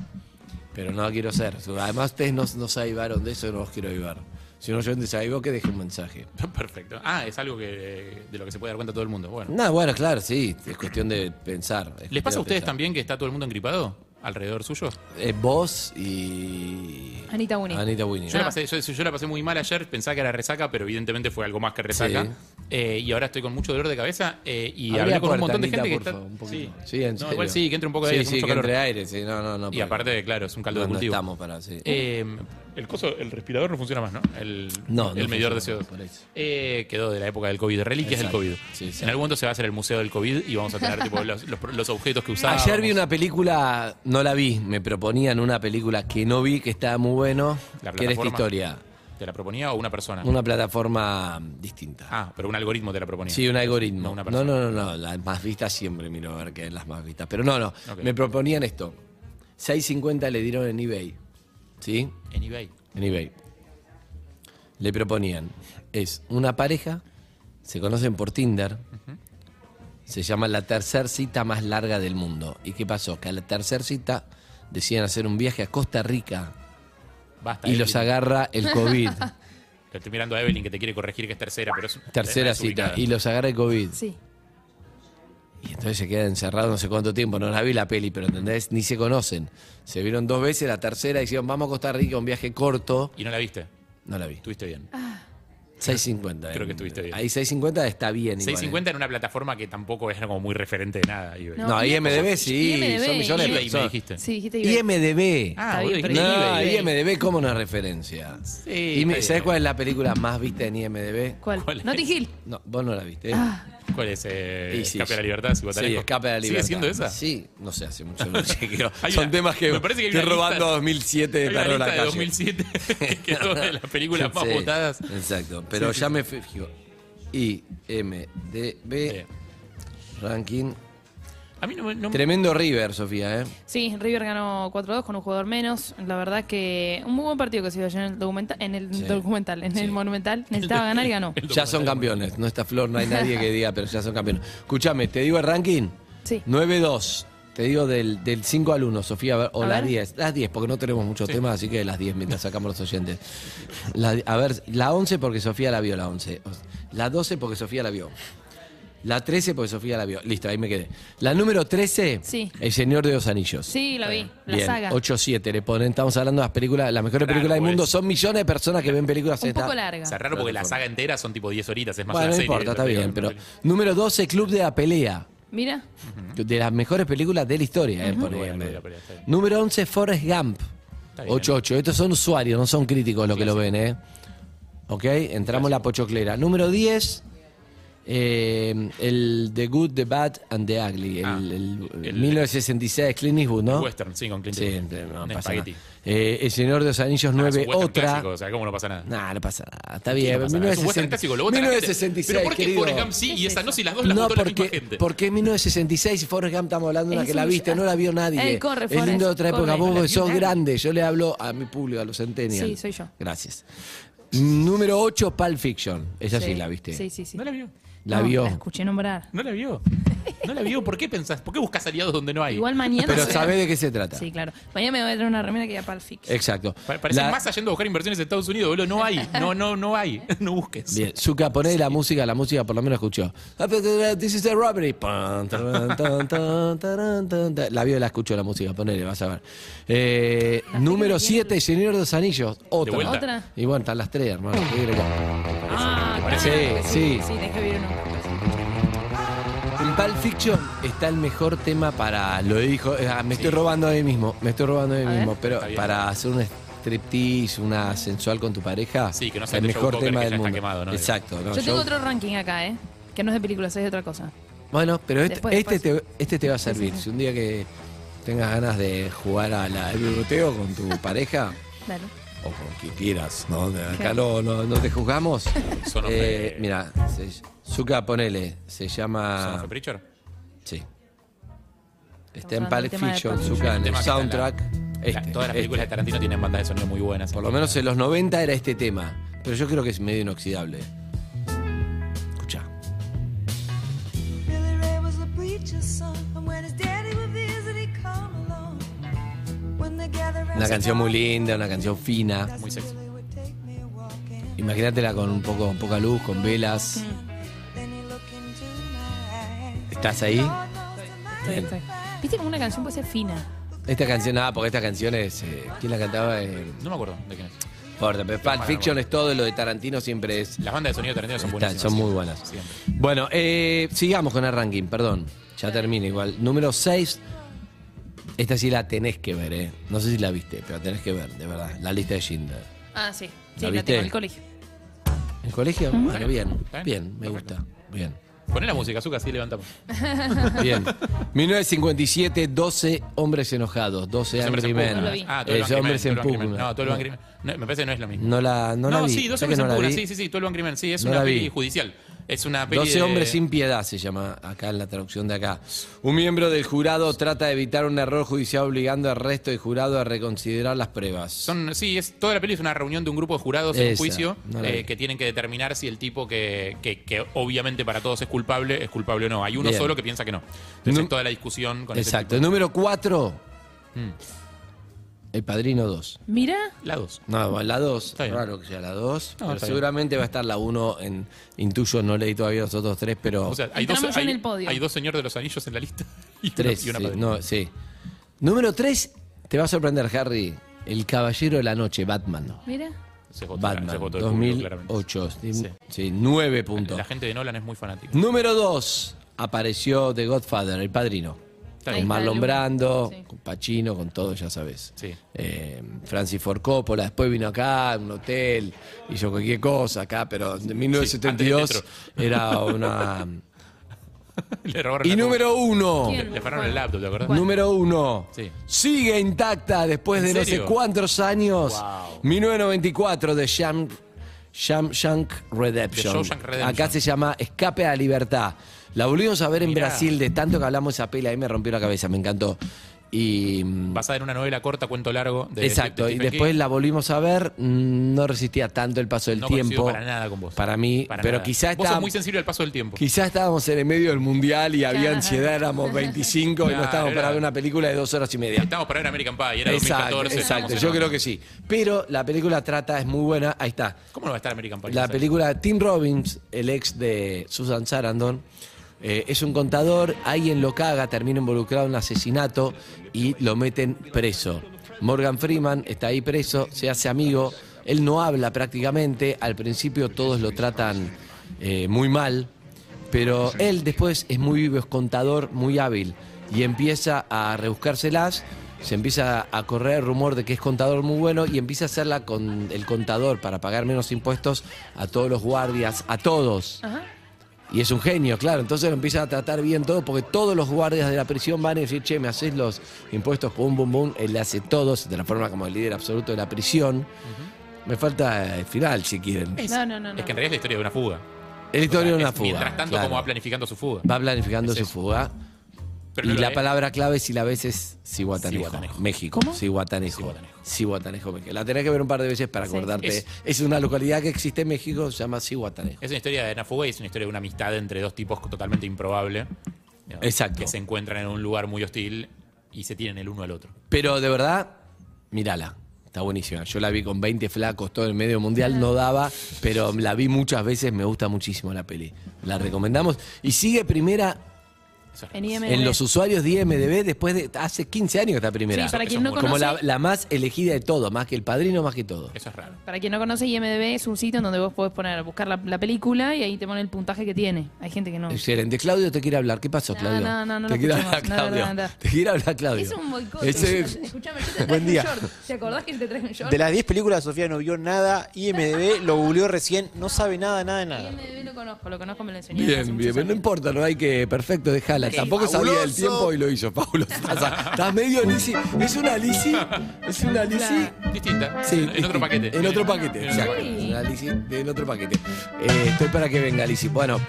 Speaker 8: Pero no la quiero ser. Además, ustedes no, no se avivaron de eso, no los quiero avivar. Si un oyente se avivó, que deje un mensaje.
Speaker 9: Perfecto. Ah, es algo que, de lo que se puede dar cuenta todo el mundo. Bueno.
Speaker 8: No, bueno, claro, sí. Es cuestión de pensar. es
Speaker 9: ¿Les
Speaker 8: cuestión
Speaker 9: pasa
Speaker 8: de
Speaker 9: a ustedes
Speaker 8: pensar.
Speaker 9: también que está todo el mundo engripado alrededor suyo?
Speaker 8: Eh, vos y.
Speaker 10: Anita Uni.
Speaker 8: Anita Winnie.
Speaker 9: Yo, la pasé, yo- yo la pasé muy mal ayer, pensaba que era resaca, pero evidentemente fue algo más que resaca.
Speaker 8: Sí.
Speaker 9: Eh, y ahora estoy con mucho dolor de cabeza eh, y
Speaker 8: Abrí
Speaker 9: hablé
Speaker 8: la
Speaker 9: con un
Speaker 8: puerta,
Speaker 9: montón de
Speaker 8: Anita,
Speaker 9: gente que
Speaker 8: por
Speaker 9: está...
Speaker 8: favor, un
Speaker 9: sí.
Speaker 8: poquito. Sí, en
Speaker 9: No, igual
Speaker 8: serio.
Speaker 9: sí, que entre un poco de
Speaker 8: Sí,
Speaker 9: aire, hace
Speaker 8: sí,
Speaker 9: mucho
Speaker 8: que
Speaker 9: calor.
Speaker 8: entre aire, sí, no, no, no.
Speaker 9: Y aparte, claro, es un caldo de
Speaker 8: No, no
Speaker 9: cultivo.
Speaker 8: estamos para, sí.
Speaker 9: Eh, el coso, el respirador no funciona más, ¿no? El,
Speaker 8: No,
Speaker 9: el
Speaker 8: no
Speaker 9: medidor de
Speaker 8: funciona,
Speaker 9: CO2.
Speaker 8: por eso.
Speaker 9: Eh, quedó de la época del COVID, reliquias
Speaker 8: Exacto.
Speaker 9: del COVID. En algún momento se va a hacer el museo del COVID y vamos a tener tipo, los, los- los objetos que usábamos.
Speaker 8: Ayer vi una película, no la vi, me proponían una película que no vi, que estaba muy bueno,
Speaker 9: La
Speaker 8: que era esta
Speaker 9: plataforma.
Speaker 8: historia.
Speaker 9: ¿Te la proponía o una persona?
Speaker 8: Una plataforma distinta.
Speaker 9: Ah, pero un algoritmo te la proponía.
Speaker 8: Sí, un algoritmo.
Speaker 9: No,
Speaker 8: No,
Speaker 9: una
Speaker 8: no,
Speaker 9: persona.
Speaker 8: no, no, las más vistas siempre miro a ver qué es las más vistas. Pero no, no,
Speaker 9: Ok.
Speaker 8: me proponían esto. 6.50 le dieron en eBay, ¿sí?
Speaker 9: En eBay.
Speaker 8: En eBay. Le proponían, es una pareja, se conocen por Tinder, se llama la tercer cita más larga del mundo. ¿Y qué pasó? Que a la tercer cita decían hacer un viaje a Costa Rica
Speaker 9: Basta,
Speaker 8: y
Speaker 9: Evelyn.
Speaker 8: los agarra el COVID.
Speaker 9: Te estoy mirando a Evelyn que te quiere corregir que es tercera, pero es
Speaker 8: Tercera
Speaker 9: es
Speaker 8: cita.
Speaker 9: ubicada.
Speaker 8: Y los agarra el COVID.
Speaker 10: Sí.
Speaker 8: Y entonces se quedan encerrados no sé cuánto tiempo. No la vi la peli, pero ¿entendés? Ni se conocen. Se vieron dos veces, la tercera dijeron, vamos a Costa Rica, un viaje corto.
Speaker 9: Y no la viste.
Speaker 8: No la vi.
Speaker 10: Ah.
Speaker 9: Estuviste bien.
Speaker 8: 6.50.
Speaker 9: Creo que estuviste bien.
Speaker 8: Ahí 6.50 está bien. igual,
Speaker 9: 650
Speaker 8: eh.
Speaker 9: en una plataforma que tampoco es como muy referente de nada. IBEX.
Speaker 8: No, No, IMDb IMDb, sí, IMDb, son millones de
Speaker 9: IBEX, me
Speaker 8: personas.
Speaker 9: dijiste.
Speaker 10: Sí, dijiste
Speaker 8: ¿eh? IMDB.
Speaker 10: Ah,
Speaker 8: No,
Speaker 10: bueno, pero
Speaker 8: IMDB.
Speaker 10: IMDb.
Speaker 8: como una referencia.
Speaker 9: Sí,
Speaker 8: Ime-
Speaker 9: está
Speaker 8: ¿Sabes cuál es la película más vista en IMDB?
Speaker 10: ¿Cuál?
Speaker 9: ¿Cuál
Speaker 10: Notting Hill.
Speaker 8: No, vos no la viste.
Speaker 10: Ah.
Speaker 9: ¿Cuál es? Eh,
Speaker 8: Y sí,
Speaker 9: ¿Escape a la
Speaker 8: sí.
Speaker 9: libertad? Si
Speaker 8: Sí, escape a la libertad.
Speaker 9: ¿Sigue siendo esa?
Speaker 8: Sí, no sé, hace mucho no chequeo.
Speaker 9: Hay
Speaker 8: Son
Speaker 9: una-
Speaker 8: temas que
Speaker 9: me parece que hay
Speaker 8: estoy
Speaker 9: una lista-
Speaker 8: robando 2007
Speaker 9: hay
Speaker 8: de
Speaker 9: una
Speaker 8: Perro en la
Speaker 9: lista de
Speaker 8: calle.
Speaker 9: 2007 que es una de las películas más
Speaker 8: Sí,
Speaker 9: votadas.
Speaker 8: Exacto, pero
Speaker 9: Sí, sí,
Speaker 8: ya
Speaker 9: sí.
Speaker 8: me fijo. IMDB ranking.
Speaker 9: A mí no, me- no me-
Speaker 8: Tremendo River, Sofía, ¿eh?
Speaker 10: Sí, River ganó 4-2 con un jugador menos. La verdad que un muy buen partido que se dio ayer en el documental, en el,
Speaker 8: Sí.
Speaker 10: documental, en el Monumental. Necesitaba ganar y ganó.
Speaker 8: Ya son campeones. No está Flor, no hay nadie que diga, pero ya son campeones. Escúchame, te digo el ranking.
Speaker 10: Sí.
Speaker 8: 9-2. Te digo del, del 5 al 1, Sofía, a ver, o
Speaker 10: A
Speaker 8: las
Speaker 10: ver.
Speaker 8: 10. Las 10, porque no tenemos muchos
Speaker 9: Sí.
Speaker 8: temas, así que las 10 mientras sacamos los oyentes. La- a ver, la 11 porque Sofía la vio, la 11. O sea, La 12 porque Sofía la vio. La 13 porque Sofía la vio. Listo, ahí me quedé. La número 13,
Speaker 10: Sí.
Speaker 8: El Señor de los Anillos.
Speaker 10: Sí, la vi, la
Speaker 8: Bien,
Speaker 10: saga.
Speaker 8: 8-7 le ponen, estamos hablando de las películas, las mejores películas del
Speaker 9: pues.
Speaker 8: mundo. Son millones de personas que ven películas
Speaker 10: Un
Speaker 8: en esta-
Speaker 10: poco larga.
Speaker 9: O sea, raro porque la saga entera son tipo 10 horitas, es más
Speaker 8: bueno,
Speaker 9: una
Speaker 8: no
Speaker 9: serie.
Speaker 8: importa, está bien, pero.
Speaker 9: prácticamente.
Speaker 8: Número 12, Club de la Pelea.
Speaker 10: Mira,
Speaker 8: De las mejores películas de la historia, eh, por
Speaker 9: Muy buena
Speaker 8: ejemplo.
Speaker 9: la película, está bien.
Speaker 8: Número 11, Forrest Gump.
Speaker 9: Está bien.
Speaker 8: 8-8. Estos son usuarios, no son críticos los que lo ven, ¿eh? Ok, entramos la pochoclera. Número 10, eh, el The Good, The Bad and The Ugly. El, el-
Speaker 9: Ah, el-
Speaker 8: 1966, Clint Eastwood, ¿no?
Speaker 9: Western, sí, con Clint
Speaker 8: Sí,
Speaker 9: Eastwood.
Speaker 8: no
Speaker 9: Un
Speaker 8: pasa
Speaker 9: espagueti.
Speaker 8: nada. Eh, el Señor de los Anillos
Speaker 9: Ah,
Speaker 8: 9,
Speaker 9: es un western
Speaker 8: otra.
Speaker 9: clásico, o sea, ¿cómo no pasa nada?
Speaker 8: Nah, no pasa nada. Está
Speaker 9: ¿Qué
Speaker 8: bien.
Speaker 9: no pasa nada? Es un western
Speaker 8: 1960
Speaker 9: clásico, lo vota la gente.
Speaker 8: 1966,
Speaker 9: Pero ¿por qué
Speaker 8: querido.
Speaker 9: Forrest Gump sí y esa no? Si las dos las
Speaker 8: No,
Speaker 9: votó la misma
Speaker 8: porque,
Speaker 9: gente.
Speaker 8: porque en 1966, y Forrest Gump, estamos hablando de una
Speaker 9: Es
Speaker 8: que la
Speaker 9: un-
Speaker 8: viste, no la vio nadie.
Speaker 10: Él Eh, corre,
Speaker 8: es lindo de otra
Speaker 10: Forrest,
Speaker 8: época,
Speaker 10: corre.
Speaker 8: vos
Speaker 10: No la
Speaker 8: que
Speaker 10: vio
Speaker 8: sos
Speaker 10: nadie.
Speaker 8: grande, yo le hablo a mi público, a los centennials.
Speaker 10: sí, soy yo.
Speaker 8: Gracias. Número 8, Pulp Fiction. Esa sí, la viste.
Speaker 10: Sí, sí, sí. No
Speaker 9: la vio.
Speaker 8: La vio.
Speaker 10: La escuché nombrar.
Speaker 9: No la vio. No la vio. ¿Por qué pensás? ¿Por qué buscas aliados donde no hay?
Speaker 10: Igual mañana.
Speaker 8: Pero
Speaker 10: se-
Speaker 8: sabés de qué se trata.
Speaker 10: Sí, claro. Mañana me voy a traer una remera que ya para el fix.
Speaker 8: Exacto.
Speaker 9: Pa- Parece
Speaker 8: La-
Speaker 9: más yendo a buscar inversiones en Estados Unidos, boludo. No hay. No, no, no hay. No busques.
Speaker 8: Bien, Zuka, poné la música, la música por lo menos escuchó. This is a robbery. Pan, taran, tan, tan, taran, tan, tan. La vio, la escuchó la música, ponele, vas a ver. Eh, número 7, Señor de los Anillos. Otra.
Speaker 9: vuelta.
Speaker 10: ¿Otra?
Speaker 8: Y bueno, están las tres, hermano. ¿qué querés que-
Speaker 10: Ah, claro.
Speaker 8: Sí, sí.
Speaker 10: Sí, tenés que vivir uno.
Speaker 8: En Pulp Fiction está el mejor tema para. Lo dijo. eh, ah, me estoy robando de mí mismo. Me estoy robando de mí
Speaker 10: A ver.
Speaker 8: mismo. Pero
Speaker 9: Está bien.
Speaker 8: para hacer un striptease, una sensual con tu pareja.
Speaker 9: Sí, que no sea
Speaker 8: el
Speaker 9: de Joe
Speaker 8: mejor
Speaker 9: Cocker,
Speaker 8: tema
Speaker 9: que
Speaker 8: del
Speaker 9: ya está
Speaker 8: mundo.
Speaker 9: quemado, ¿no?
Speaker 8: Exacto. no,
Speaker 10: Yo tengo
Speaker 8: Joe-
Speaker 10: otro ranking acá, ¿eh? Que no es de películas, es de otra cosa.
Speaker 8: Bueno, pero este,
Speaker 10: Después,
Speaker 8: este,
Speaker 10: después.
Speaker 8: Te, este te va a servir. Si un día que tengas ganas de jugar a la- al bigoteo con tu pareja
Speaker 10: Dale.
Speaker 8: o con quien quieras, ¿no? De Acá
Speaker 10: Claro.
Speaker 8: no, no, no te juzgamos.
Speaker 9: Son of
Speaker 8: Eh,
Speaker 9: the-
Speaker 8: mira, ah, se- Zuka, ponele, se
Speaker 9: ¿Son
Speaker 8: llama.
Speaker 9: of Preacher?
Speaker 8: Sí. Está en
Speaker 9: Estamos hablando del
Speaker 8: Pulp
Speaker 9: tema de
Speaker 8: Fiction,
Speaker 9: Pulp Fiction.
Speaker 8: Zuka, en
Speaker 9: Tema
Speaker 8: el
Speaker 9: que está en la-
Speaker 8: soundtrack.
Speaker 9: La-
Speaker 8: Este,
Speaker 9: todas las películas de
Speaker 8: este.
Speaker 9: Tarantino tienen bandas de sonido muy buenas.
Speaker 8: Por lo menos en los 90 era este tema, pero yo creo que es medio inoxidable. Escucha.
Speaker 12: Billy Ray was a preacher's son, and when his daddy would visit, he'd come along. When they gather
Speaker 8: Una canción muy linda, una canción fina.
Speaker 9: Muy sexy.
Speaker 8: Imagínatela con un poco poca luz, con velas. ¿Estás ahí?
Speaker 10: Estoy, estoy. ¿Viste como una canción puede ser fina?
Speaker 8: Esta canción, nada, porque esta canción es. eh, ¿Quién la cantaba? Eh,
Speaker 9: No me acuerdo de quién es.
Speaker 8: Porter, pero Pulp Fiction es todo, lo de Tarantino siempre es.
Speaker 9: Las bandas de sonido de Tarantino son
Speaker 8: Están,
Speaker 9: buenísimas.
Speaker 8: son muy buenas.
Speaker 9: Siempre.
Speaker 8: Bueno, eh, sigamos con el ranking, perdón. Ya termina igual. Número 6. Esta sí la tenés que ver, ¿eh? No sé si la viste, pero tenés que ver, de verdad. La lista de Schindler.
Speaker 10: Ah, sí. Sí,
Speaker 8: ¿La
Speaker 10: la,
Speaker 8: viste?
Speaker 10: tengo en el colegio.
Speaker 8: ¿El colegio?
Speaker 10: Ujú.
Speaker 8: Bueno, bien.
Speaker 9: Está bien.
Speaker 8: Bien, me gusta. Bien.
Speaker 9: Poné la música, azúcar, así levantamos.
Speaker 8: Bien. 1957, 12 hombres enojados, 12
Speaker 9: Hombres
Speaker 8: angry
Speaker 9: en
Speaker 8: men.
Speaker 9: pugna. Ah, todo
Speaker 8: Eh,
Speaker 9: el Angry
Speaker 8: hombres
Speaker 9: Men,
Speaker 8: en
Speaker 9: todo el Angry Men.
Speaker 8: pugna.
Speaker 9: No, todo el Angry Men. No, Me parece que no es lo mismo.
Speaker 8: No la, no la vi.
Speaker 9: sí, 12
Speaker 8: Sé que
Speaker 9: hombres
Speaker 8: no
Speaker 9: en
Speaker 8: la
Speaker 9: pugna.
Speaker 8: vi.
Speaker 9: Sí, sí, sí, todo el Angry Men. Sí, es
Speaker 8: No
Speaker 9: una
Speaker 8: la vi.
Speaker 9: peli judicial. Es una peli
Speaker 8: 12
Speaker 9: de-
Speaker 8: hombres sin piedad se llama acá en la traducción de acá. Un miembro del jurado trata de evitar un error judicial obligando al resto del jurado a reconsiderar las pruebas.
Speaker 9: Son, sí, es, toda la peli es una reunión de un grupo de jurados en
Speaker 8: Esa,
Speaker 9: un juicio
Speaker 8: no la
Speaker 9: eh,
Speaker 8: vi.
Speaker 9: que tienen que determinar si el tipo que, que- que obviamente para todos es culpable es culpable o no. Hay uno
Speaker 8: Bien.
Speaker 9: solo que piensa que no. Entonces
Speaker 8: Num-
Speaker 9: es toda la discusión con este ese
Speaker 8: Exacto. Número 4.
Speaker 9: Mm.
Speaker 8: El Padrino 2.
Speaker 10: Mira.
Speaker 9: tipo. La dos.
Speaker 8: No, la 2.
Speaker 9: bien.
Speaker 8: Raro que sea la 2.
Speaker 9: No,
Speaker 8: pero
Speaker 9: está bien.
Speaker 8: seguramente va a estar la 1 en Intuyo. No leí todavía los otros tres, pero.
Speaker 9: O sea, hay
Speaker 10: Entramos
Speaker 9: dos,
Speaker 10: ya en
Speaker 9: hay,
Speaker 10: el podio.
Speaker 9: hay dos señor de los anillos en la lista. Y una-
Speaker 8: Tres,
Speaker 9: y una
Speaker 8: sí,
Speaker 9: padre.
Speaker 8: no, sí. Número tres, te va a sorprender, Harry. El Caballero de la Noche, Batman.
Speaker 10: Mira.
Speaker 9: se votó, se
Speaker 8: Batman,
Speaker 9: votó el público, claramente.
Speaker 8: 2008. Sí, sí, nueve puntos.
Speaker 9: La gente de Nolan es muy fanática.
Speaker 8: Número 2 apareció The Godfather, el padrino.
Speaker 9: Está
Speaker 8: Con
Speaker 9: bien. Está
Speaker 8: Marlon
Speaker 9: bien.
Speaker 8: Brando, con Pacino, con todo, ya sabes. Eh, Francis Ford Coppola, después vino acá, a un hotel, hizo cualquier cosa acá, pero en 1972
Speaker 9: antes
Speaker 8: era una.
Speaker 9: Le robaron
Speaker 8: y
Speaker 9: la-
Speaker 8: número uno.
Speaker 9: Le, le ferraron el laptop, ¿te acordás?
Speaker 8: Número uno.
Speaker 9: Sí.
Speaker 8: Sigue intacta después
Speaker 9: ¿En
Speaker 8: de no sé
Speaker 9: serio?
Speaker 8: cuántos años.
Speaker 9: Wow.
Speaker 8: 1994 de Sham, Sham- Shank Redemption.
Speaker 9: De Shawshank Redemption.
Speaker 8: Acá se llama Escape a la Libertad. La volvimos a ver en
Speaker 9: Mirá.
Speaker 8: Brasil de tanto que hablamos esa pela y me rompió la cabeza, me encantó. Y mm,
Speaker 9: Vas a ver una novela corta, cuento largo. De
Speaker 8: exacto,
Speaker 9: de
Speaker 8: y
Speaker 9: Stephen
Speaker 8: después
Speaker 9: King.
Speaker 8: la volvimos a ver, mm, no resistía tanto el paso del
Speaker 9: No coincido
Speaker 8: tiempo.
Speaker 9: para nada con vos.
Speaker 8: Para mí,
Speaker 9: Para
Speaker 8: pero
Speaker 9: nada.
Speaker 8: quizás
Speaker 9: Vos
Speaker 8: está
Speaker 9: sos muy sensible al paso del tiempo.
Speaker 8: Quizás estábamos en el medio del mundial y había ansiedad, éramos 25 y no
Speaker 9: Claro,
Speaker 8: estábamos
Speaker 9: era-
Speaker 8: para ver una película de dos horas y media.
Speaker 9: Estábamos para ver American Pie, era
Speaker 8: Exacto,
Speaker 9: 2014.
Speaker 8: exacto,
Speaker 9: estábamos
Speaker 8: yo
Speaker 9: en-
Speaker 8: creo que sí. Pero la película trata, es muy buena, ahí está.
Speaker 9: ¿Cómo no va a estar American Pie?
Speaker 8: La película Tim Robbins, el ex de Susan Sarandon, eh, es un contador, alguien lo caga, termina involucrado en un asesinato y lo meten preso. Morgan Freeman está ahí preso, se hace amigo, él no habla prácticamente, al principio todos lo tratan eh, muy mal, pero él después es muy vivo, es contador muy hábil y empieza a rebuscárselas. Se empieza a correr el rumor de que es contador muy bueno y empieza a hacerla con el contador para pagar menos impuestos a todos los guardias, a todos.
Speaker 10: Ajá.
Speaker 8: Y es un genio, claro. Entonces lo empiezan a tratar bien todo porque todos los guardias de la prisión van a decir, che, me haces los impuestos, pum, bum, bum. Él le hace todo, se transforma como el líder absoluto de la prisión. Me falta el final, si quieren.
Speaker 9: Es-
Speaker 10: No, no, no,
Speaker 9: Es que en realidad es la historia de una fuga.
Speaker 8: Es la historia de una
Speaker 9: es
Speaker 8: fuga,
Speaker 9: Mientras tanto,
Speaker 8: claro.
Speaker 9: cómo va planificando su fuga.
Speaker 8: Va planificando su fuga.
Speaker 9: Pero
Speaker 8: y
Speaker 9: no lo
Speaker 8: la
Speaker 9: es.
Speaker 8: palabra clave, si la ves, es Cihuatanejo.
Speaker 9: Cihuatanejo.
Speaker 8: México.
Speaker 9: ¿Cómo?
Speaker 8: Cihuatanejo. Cihuatanejo, México. La tenés que ver un par de veces para
Speaker 9: Sí, sí.
Speaker 8: acordarte.
Speaker 9: Es-
Speaker 8: Es, una localidad que existe en México, se llama Cihuatanejo.
Speaker 9: Es una historia de una fuga y es una historia de una amistad entre dos tipos totalmente improbable. ¿no?
Speaker 8: Exacto.
Speaker 9: Que se encuentran en un lugar muy hostil y se tienen el uno al otro.
Speaker 8: Pero de verdad, mírala. Está buenísima. Yo la vi con 20 flacos, todo el medio mundial, no daba, pero la vi muchas veces, me gusta muchísimo la peli. La recomendamos. Y sigue primera
Speaker 10: En IMDb.
Speaker 8: en los usuarios de IMDB después de. Hace 15 años que está primera.
Speaker 10: Sí, para quien no
Speaker 8: Como la,
Speaker 10: conoce-
Speaker 8: la más elegida de todo, más que el padrino, más que todo.
Speaker 9: Eso es raro.
Speaker 10: Para quien no conoce, IMDB es un sitio en donde vos podés poner, buscar la, la película y ahí te pone el puntaje que tiene. Hay gente que no.
Speaker 8: Excelente. Claudio te quiere hablar. ¿Qué pasó, Claudio?
Speaker 10: no, no, no
Speaker 8: Te
Speaker 10: lo
Speaker 8: quiere
Speaker 10: escuchamos.
Speaker 8: hablar,
Speaker 10: No,
Speaker 8: Claudio.
Speaker 10: no, no, no.
Speaker 8: Te quiere hablar, Claudio.
Speaker 10: Es un boicot.
Speaker 8: Ese-
Speaker 10: Escuchame, yo te traje
Speaker 13: Buen
Speaker 10: un
Speaker 13: día.
Speaker 10: short. ¿Te acordás que te traje un short?
Speaker 13: De las 10 películas, Sofía no vio nada. IMDB lo googleó recién. No sabe nada, nada, de nada.
Speaker 10: IMDb lo conozco, lo conozco, me lo enseñó.
Speaker 8: Bien, bien, pero no importa, no hay que. Perfecto, déjala.
Speaker 10: Sí.
Speaker 8: Tampoco sabía el
Speaker 10: Fabuloso.
Speaker 8: tiempo y lo hizo. Paulo, estás, estás medio Lisi. ¿Es una Lisi? ¿Es una Lisi?
Speaker 9: Distinta.
Speaker 8: Sí,
Speaker 9: en, en otro paquete.
Speaker 8: En otro paquete,
Speaker 9: En otro
Speaker 8: exacto.
Speaker 9: paquete.
Speaker 8: Una Lisi de- en otro paquete. Eh, estoy para que venga Lisi. Bueno.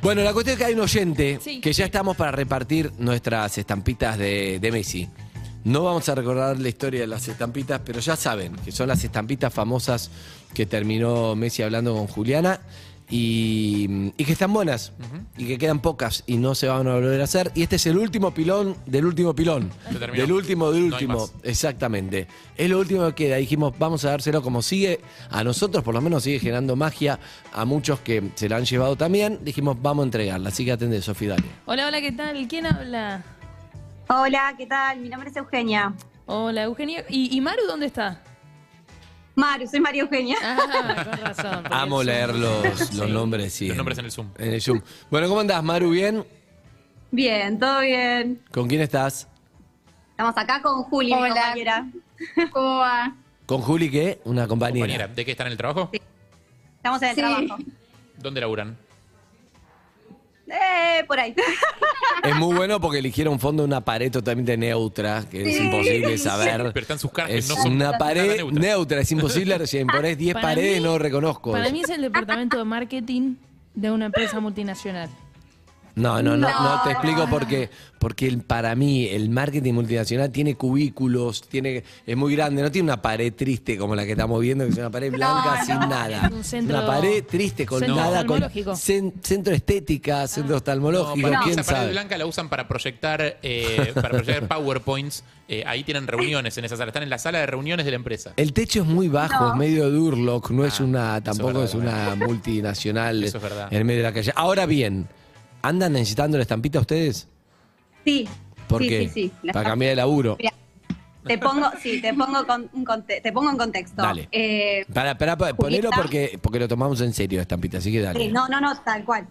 Speaker 8: Bueno, la cuestión es que hay un oyente
Speaker 10: Sí.
Speaker 8: que ya estamos para repartir nuestras estampitas de, de Messi. No vamos a recordar la historia de las estampitas, pero ya saben que son las estampitas famosas que terminó Messi hablando con Juliana y, y que están buenas y que quedan pocas y no se van a volver a hacer. Y este es el último pilón del último pilón.
Speaker 9: Se terminó.
Speaker 8: Del último, del
Speaker 9: No hay
Speaker 8: último.
Speaker 9: más.
Speaker 8: Exactamente. Es lo último que queda. Dijimos, vamos a dárselo como sigue. A nosotros, por lo menos, sigue generando magia. A muchos que se la han llevado también. Dijimos, vamos a entregarla. Así que atende, Sofi, dale.
Speaker 10: Hola, hola, ¿qué tal? ¿Quién habla?
Speaker 14: Hola, ¿qué tal? Mi nombre es Eugenia.
Speaker 10: Hola, Eugenia. ¿Y, y Maru dónde está?
Speaker 14: Maru, soy María Eugenia.
Speaker 10: Ah, con razón. porque
Speaker 8: Amo
Speaker 10: el Zoom-
Speaker 8: leer los, los nombres, sí.
Speaker 9: Los nombres en el Zoom.
Speaker 8: En el Zoom. Bueno, ¿cómo andás, Maru? ¿Bien?
Speaker 14: Bien, todo bien.
Speaker 8: ¿Con quién estás?
Speaker 14: Estamos acá con Juli, mi compañera. ¿Cómo va?
Speaker 8: ¿Con Juli qué? Una compañera.
Speaker 9: Compañera, ¿de qué están en el trabajo?
Speaker 14: Estamos en el trabajo.
Speaker 9: ¿Dónde laburan?
Speaker 14: Eh, por ahí.
Speaker 8: Es muy bueno porque eligieron un fondo de una pared totalmente neutra, que es
Speaker 14: Sí.
Speaker 8: imposible saber.
Speaker 9: Pero están sus caras que
Speaker 8: es
Speaker 9: no son
Speaker 8: una
Speaker 9: nada
Speaker 8: pared neutra.
Speaker 9: neutras.
Speaker 8: es imposible. Recién ponés 10
Speaker 10: Para
Speaker 8: paredes,
Speaker 10: mí-
Speaker 8: no reconozco.
Speaker 10: Para mí es el departamento de marketing de una empresa multinacional.
Speaker 8: No, no, no,
Speaker 10: No.
Speaker 8: no, te explico por qué. Porque el- para mí el marketing multinacional tiene cubículos, tiene, es muy grande, no tiene una pared triste como la que estamos viendo, que es una pared blanca
Speaker 10: no.
Speaker 8: sin nada.
Speaker 10: Es un centro-
Speaker 8: una pared triste con
Speaker 10: centro
Speaker 8: nada, con
Speaker 10: oftalmológico. Ah.
Speaker 8: cen- centro estética, centro
Speaker 9: No,
Speaker 8: oftalmológico,
Speaker 9: para mí
Speaker 8: quién
Speaker 9: esa pared
Speaker 8: sabe.
Speaker 9: blanca la usan para proyectar, eh, para proyectar PowerPoints. Eh, ahí tienen reuniones en esa sala. Están en la sala de reuniones de la empresa.
Speaker 8: El techo es muy bajo,
Speaker 9: No.
Speaker 8: es medio Durlock, no es una, tampoco
Speaker 9: Ah, verdad,
Speaker 8: es una multinacional
Speaker 9: Eso es verdad.
Speaker 8: en medio de la calle. Ahora bien, ¿andan necesitando la estampita ustedes?
Speaker 14: Sí.
Speaker 8: ¿Por
Speaker 14: sí,
Speaker 8: qué?
Speaker 14: Sí, sí, La
Speaker 8: Para
Speaker 14: estamos-
Speaker 8: cambiar de laburo.
Speaker 14: Mira, Te pongo, sí, te pongo, con- un conte- te pongo en contexto.
Speaker 8: Dale.
Speaker 14: Eh,
Speaker 8: Para, para, pa- ponelo
Speaker 14: Julieta.
Speaker 8: porque, porque lo tomamos en serio, estampita, así que dale.
Speaker 14: Sí, no, no, no, tal cual.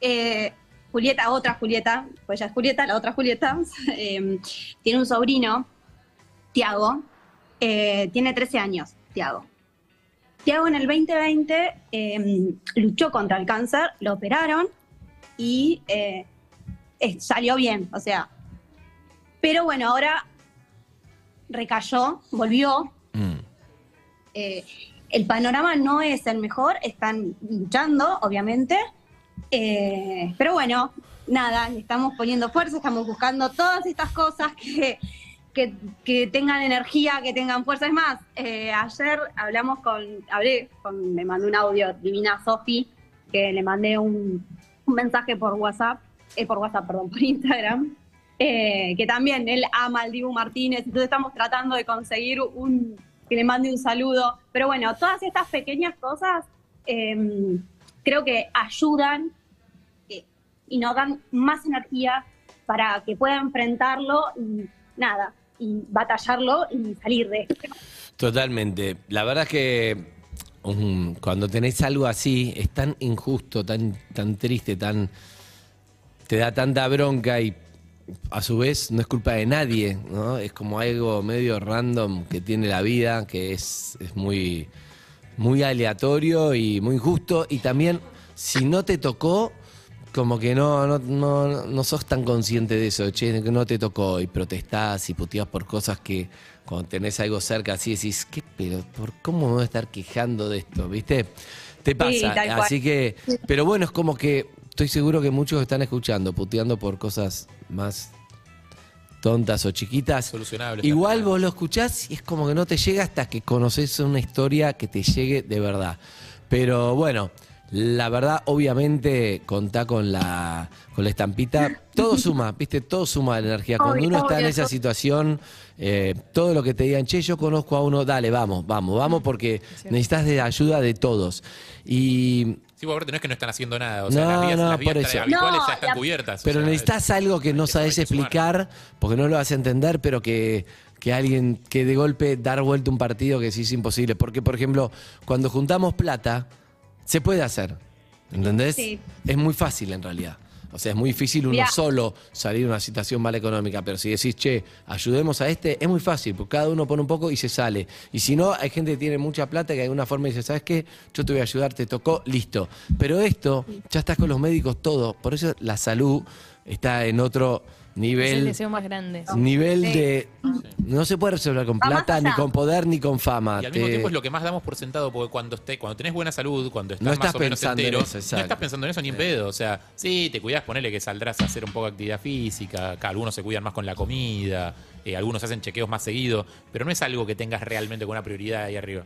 Speaker 14: Eh, Julieta, otra Julieta, pues ya es Julieta, la otra Julieta, eh, tiene un sobrino, Tiago, eh, tiene 13 años, Tiago. Tiago en el 2020 eh, luchó contra el cáncer, lo operaron y eh, eh, salió bien, o sea. Pero bueno, ahora recayó, volvió. Eh, el panorama no es el mejor, están luchando, obviamente. Eh, pero bueno, nada, le estamos poniendo fuerza, estamos buscando todas estas cosas que, que- que tengan energía, que tengan fuerza. Es más, eh, ayer hablamos con, hablé con, me mandó un audio divina Sofi, que le mandé un, un mensaje por WhatsApp, eh, por WhatsApp, perdón, por Instagram. eh, que también él ama al Dibu Martínez, entonces estamos tratando de conseguir un que le mande un saludo. Pero bueno, todas estas pequeñas cosas eh, creo que ayudan eh, y nos dan más energía para que pueda enfrentarlo y nada, y batallarlo y salir de esto.
Speaker 8: Totalmente. La verdad es que um, cuando tenés algo así, es tan injusto, tan, tan triste, tan. te da tanta bronca y a su vez no es culpa de nadie, ¿no? Es como algo medio random que tiene la vida, que es, es muy, muy aleatorio y muy injusto. Y también, si no te tocó, como que no, no, no, no sos tan consciente de eso, che, de que no te tocó y protestás y puteás por cosas que cuando tenés algo cerca así decís, ¿qué pero por cómo me voy a estar quejando de esto? ¿Viste? Te pasa.
Speaker 14: tal cual.
Speaker 8: así que, pero bueno, es como que estoy seguro que muchos están escuchando, puteando por cosas más tontas o chiquitas.
Speaker 15: Solucionables.
Speaker 8: Igual vos lo escuchás y es como que no te llega hasta que conoces una historia que te llegue de verdad. Pero bueno, la verdad, obviamente, contá con la, con la estampita. Todo suma, viste, todo suma la energía. Cuando
Speaker 15: Obvio,
Speaker 8: uno está en
Speaker 15: obvio,
Speaker 8: esa
Speaker 15: todo.
Speaker 8: situación, eh, todo lo que te digan, che, yo conozco a uno, dale, vamos, vamos,
Speaker 15: Mm,
Speaker 8: vamos, porque necesitas de ayuda de todos. Y
Speaker 15: Sí, porque aparte no es que no están haciendo nada. O sea,
Speaker 8: No,
Speaker 15: las vías,
Speaker 8: no,
Speaker 15: las vías
Speaker 8: por
Speaker 15: tra-
Speaker 8: eso.
Speaker 15: habituales
Speaker 8: No,
Speaker 15: ya están
Speaker 8: la-
Speaker 15: cubiertas. o
Speaker 8: Pero
Speaker 15: sea,
Speaker 8: necesitas algo que no sabes explicar, porque no lo vas a entender, pero que, que alguien, que de golpe dar vuelta un partido que sí es imposible. Porque, por ejemplo, cuando juntamos plata, se puede hacer. ¿Entendés?
Speaker 14: Sí.
Speaker 8: Es muy fácil en realidad. O sea, es muy difícil uno
Speaker 14: Mirá.
Speaker 8: solo salir de una situación mala económica, pero si decís, che, ayudemos a este, es muy fácil, porque cada uno pone un poco y se sale. Y si no, hay gente que tiene mucha plata que de alguna forma dice, ¿sabes qué? Yo te voy a ayudar, te tocó, listo. Pero esto, ya estás con los médicos, todo. Por eso la salud está en otro
Speaker 10: Es el
Speaker 8: nivel.
Speaker 10: deseo más grande.
Speaker 8: Nivel
Speaker 10: Sí.
Speaker 8: de. No se puede resolver con
Speaker 10: Va más
Speaker 8: plata, ni
Speaker 10: allá.
Speaker 8: con poder, ni con fama.
Speaker 15: Y al mismo
Speaker 8: Te-
Speaker 15: tiempo es lo que más damos por sentado, porque cuando esté, cuando tenés buena salud, cuando estás,
Speaker 8: No
Speaker 15: más
Speaker 8: estás
Speaker 15: o menos
Speaker 8: pensando en
Speaker 15: entero,
Speaker 8: eso,
Speaker 15: no
Speaker 8: exacto.
Speaker 15: estás pensando en eso ni en pedo. O sea, sí, te cuidás, ponele que saldrás a hacer un poco de actividad física, acá algunos se cuidan más con la comida, eh, algunos hacen chequeos más seguido, pero no es algo que tengas realmente con una prioridad ahí arriba.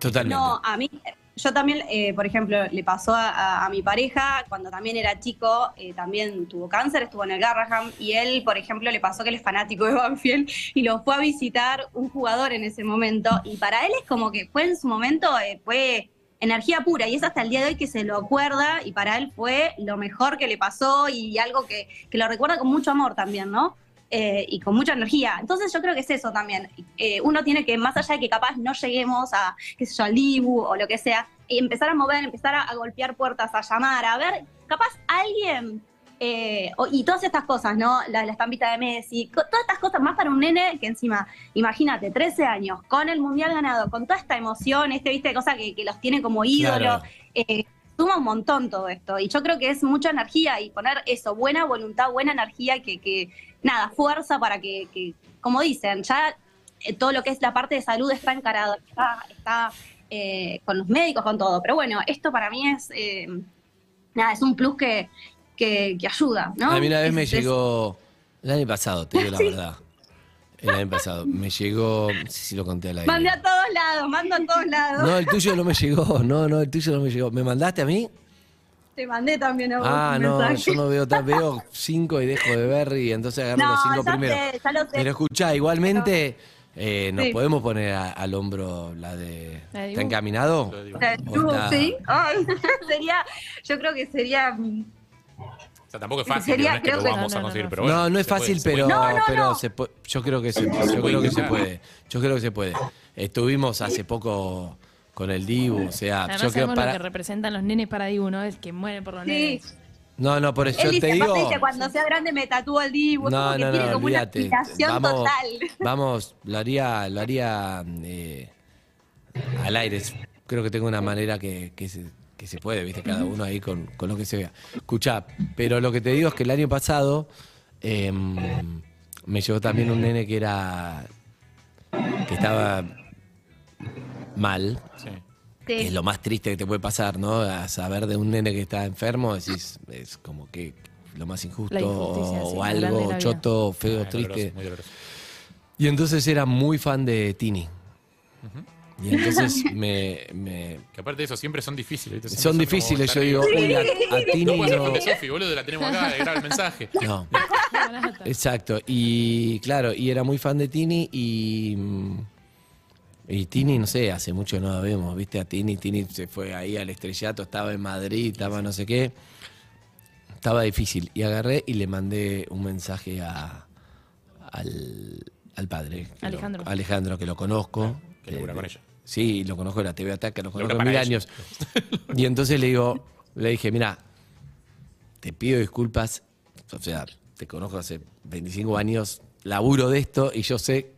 Speaker 8: Totalmente.
Speaker 14: No, a mí, yo también, eh, por ejemplo, le pasó a- a, a mi pareja cuando también era chico, eh, también tuvo cáncer, estuvo en el Garraham, y él, por ejemplo, le pasó que él es fanático de Banfield y lo fue a visitar un jugador en ese momento, y para él es como que fue en su momento, eh, fue energía pura, y es hasta el día de hoy que se lo acuerda, y para él fue lo mejor que le pasó y algo que, que lo recuerda con mucho amor también, ¿no? eh, y con mucha energía. Entonces yo creo que es eso también. Eh, uno tiene que, más allá de que capaz no lleguemos a, qué sé yo, al Dibu o lo que sea, eh, empezar a mover, empezar a, a golpear puertas, a llamar, a ver, capaz alguien... eh, o- y todas estas cosas, ¿no? La, la estampita de Messi, co- todas estas cosas, más para un nene que encima, imagínate, 13 años, con el Mundial ganado, con toda esta emoción, este, viste, cosa que, que los tiene como ídolo,
Speaker 8: Claro.
Speaker 14: eh, suma un montón todo esto. Y yo creo que es mucha energía y poner eso, buena voluntad, buena energía, que, que nada, fuerza para que, que, como dicen, ya eh, todo lo que es la parte de salud está encarada, está, está, eh, con los médicos, con todo. Pero bueno, esto para mí es, eh, nada, es un plus que, que, que ayuda, ¿no?
Speaker 8: A mí una vez me
Speaker 14: Es- es-
Speaker 8: llegó, el año pasado, te digo la
Speaker 14: Sí.
Speaker 8: verdad. El año pasado, me llegó, no sé si lo conté al aire.
Speaker 14: Mandé a todos lados, mando a todos lados.
Speaker 8: No, el tuyo no me llegó, no, no, el tuyo no me llegó. ¿Me mandaste a mí?
Speaker 14: Te mandé también a vos
Speaker 8: Ah,
Speaker 14: un
Speaker 8: no,
Speaker 14: mensaje.
Speaker 8: yo no veo, tan- veo cinco y dejo de ver y entonces agarro
Speaker 14: No,
Speaker 8: los cinco
Speaker 14: ya
Speaker 8: primero.
Speaker 14: sé, ya lo sé.
Speaker 8: Pero escuchá, igualmente eh, nos
Speaker 14: Sí.
Speaker 8: podemos poner a- al hombro la de...
Speaker 14: La de Dibu.
Speaker 8: ¿Está encaminado?
Speaker 14: O sea,
Speaker 8: ¿O está-
Speaker 14: Sí, Ay, sería, yo creo que sería mm,
Speaker 15: sea, tampoco es fácil, digo,
Speaker 14: Sería-
Speaker 15: no es que
Speaker 14: creo
Speaker 15: lo
Speaker 14: que-
Speaker 15: vamos
Speaker 14: no,
Speaker 15: a
Speaker 14: no,
Speaker 15: conseguir,
Speaker 14: no.
Speaker 15: pero bueno.
Speaker 8: no, no es
Speaker 15: se puede,
Speaker 8: fácil,
Speaker 15: se puede.
Speaker 8: pero,
Speaker 14: No, no,
Speaker 8: pero
Speaker 14: no.
Speaker 8: se puede- yo creo que se,
Speaker 15: Se
Speaker 8: yo
Speaker 15: puede
Speaker 8: creo que se
Speaker 15: intentar.
Speaker 8: puede. Yo creo que se puede. Estuvimos hace poco con el Dibu, o sea,
Speaker 10: Además
Speaker 8: yo creo
Speaker 10: sabemos
Speaker 8: para-
Speaker 10: lo que representan los nenes para Dibu, ¿no? Es que muere por los nenes.
Speaker 8: No, no, por eso
Speaker 14: Él
Speaker 8: yo te
Speaker 14: dice,
Speaker 8: digo.
Speaker 14: aparte dice, cuando sea grande me tatúo al Dibu. es
Speaker 8: No,
Speaker 14: como que
Speaker 8: no,
Speaker 14: tiene
Speaker 8: no,
Speaker 14: como
Speaker 8: olvídate.
Speaker 14: una aspiración
Speaker 8: Vamos,
Speaker 14: total.
Speaker 8: vamos, lo haría, lo haría eh, al aire. Creo que tengo una manera que, que se, que se puede, viste, cada uno ahí con, con lo que se vea. Escuchá, pero lo que te digo es que el año pasado em, me llegó también un nene que era. que estaba mal. que es lo más triste que te puede pasar, ¿no? A saber de un nene que está enfermo, decís, es como que lo más injusto
Speaker 15: La injusticia,
Speaker 8: o
Speaker 15: sí, grande de la
Speaker 8: algo
Speaker 15: vida.
Speaker 8: choto, feo,
Speaker 15: Ah, es doloroso,
Speaker 8: triste.
Speaker 15: muy doloroso.
Speaker 8: y entonces era muy fan de Tini. Y entonces me, me-
Speaker 15: Que aparte de eso, siempre son difíciles. ¿viste? Siempre
Speaker 8: Son
Speaker 15: Pues como
Speaker 8: difíciles,
Speaker 15: estar
Speaker 8: yo
Speaker 15: ahí.
Speaker 8: digo, uy, a- a Tini
Speaker 15: No pues, puede ser
Speaker 8: no-
Speaker 15: con la Sofi, boludo, la tenemos acá, graba el mensaje.
Speaker 8: No. Exacto. Y claro, y era muy fan de Tini y. mm, Y Tini, no sé, hace mucho no la vemos, ¿viste? A Tini, Tini se fue ahí al estrellato, estaba en Madrid, estaba no sé qué. Estaba difícil. Y agarré y le mandé un mensaje a, al, al padre. que lo-
Speaker 10: Alejandro.
Speaker 8: Alejandro, que lo conozco.
Speaker 15: Ah,
Speaker 8: eh,
Speaker 15: que labura con ella.
Speaker 8: Sí, lo conozco de la TV Ataca, lo conozco de
Speaker 15: para
Speaker 8: mil
Speaker 15: ella.
Speaker 8: años. Y entonces le digo, le dije, mira, te pido disculpas, o sea, te conozco hace 25 años, laburo de esto y yo sé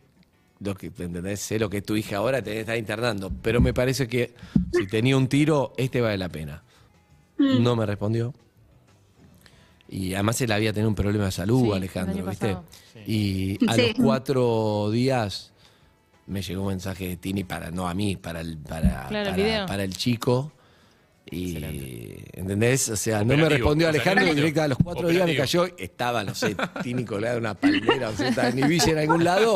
Speaker 8: lo que, ¿entendés? Sé lo que es tu hija ahora te está internando, pero me parece que si tenía un tiro, este vale la pena.
Speaker 10: Mm.
Speaker 8: No me respondió. Y además él había tenido un problema de salud, Alejandro,
Speaker 15: año
Speaker 8: ¿viste?
Speaker 15: pasado.
Speaker 8: Y a
Speaker 15: Sí.
Speaker 8: los cuatro días me llegó un mensaje de Tini para, no a mí, para el, para,
Speaker 10: Claro, el
Speaker 8: para-
Speaker 10: video.
Speaker 8: para el chico. Y, ¿entendés? O sea, no me
Speaker 15: Operativo,
Speaker 8: respondió
Speaker 15: o sea,
Speaker 8: Alejandro
Speaker 15: operativo.
Speaker 8: directa a los cuatro días me
Speaker 15: Operativo.
Speaker 8: cayó. Estaba, no sé, Tini colada en una palmera, o sea, estaba en Ibiza en algún lado,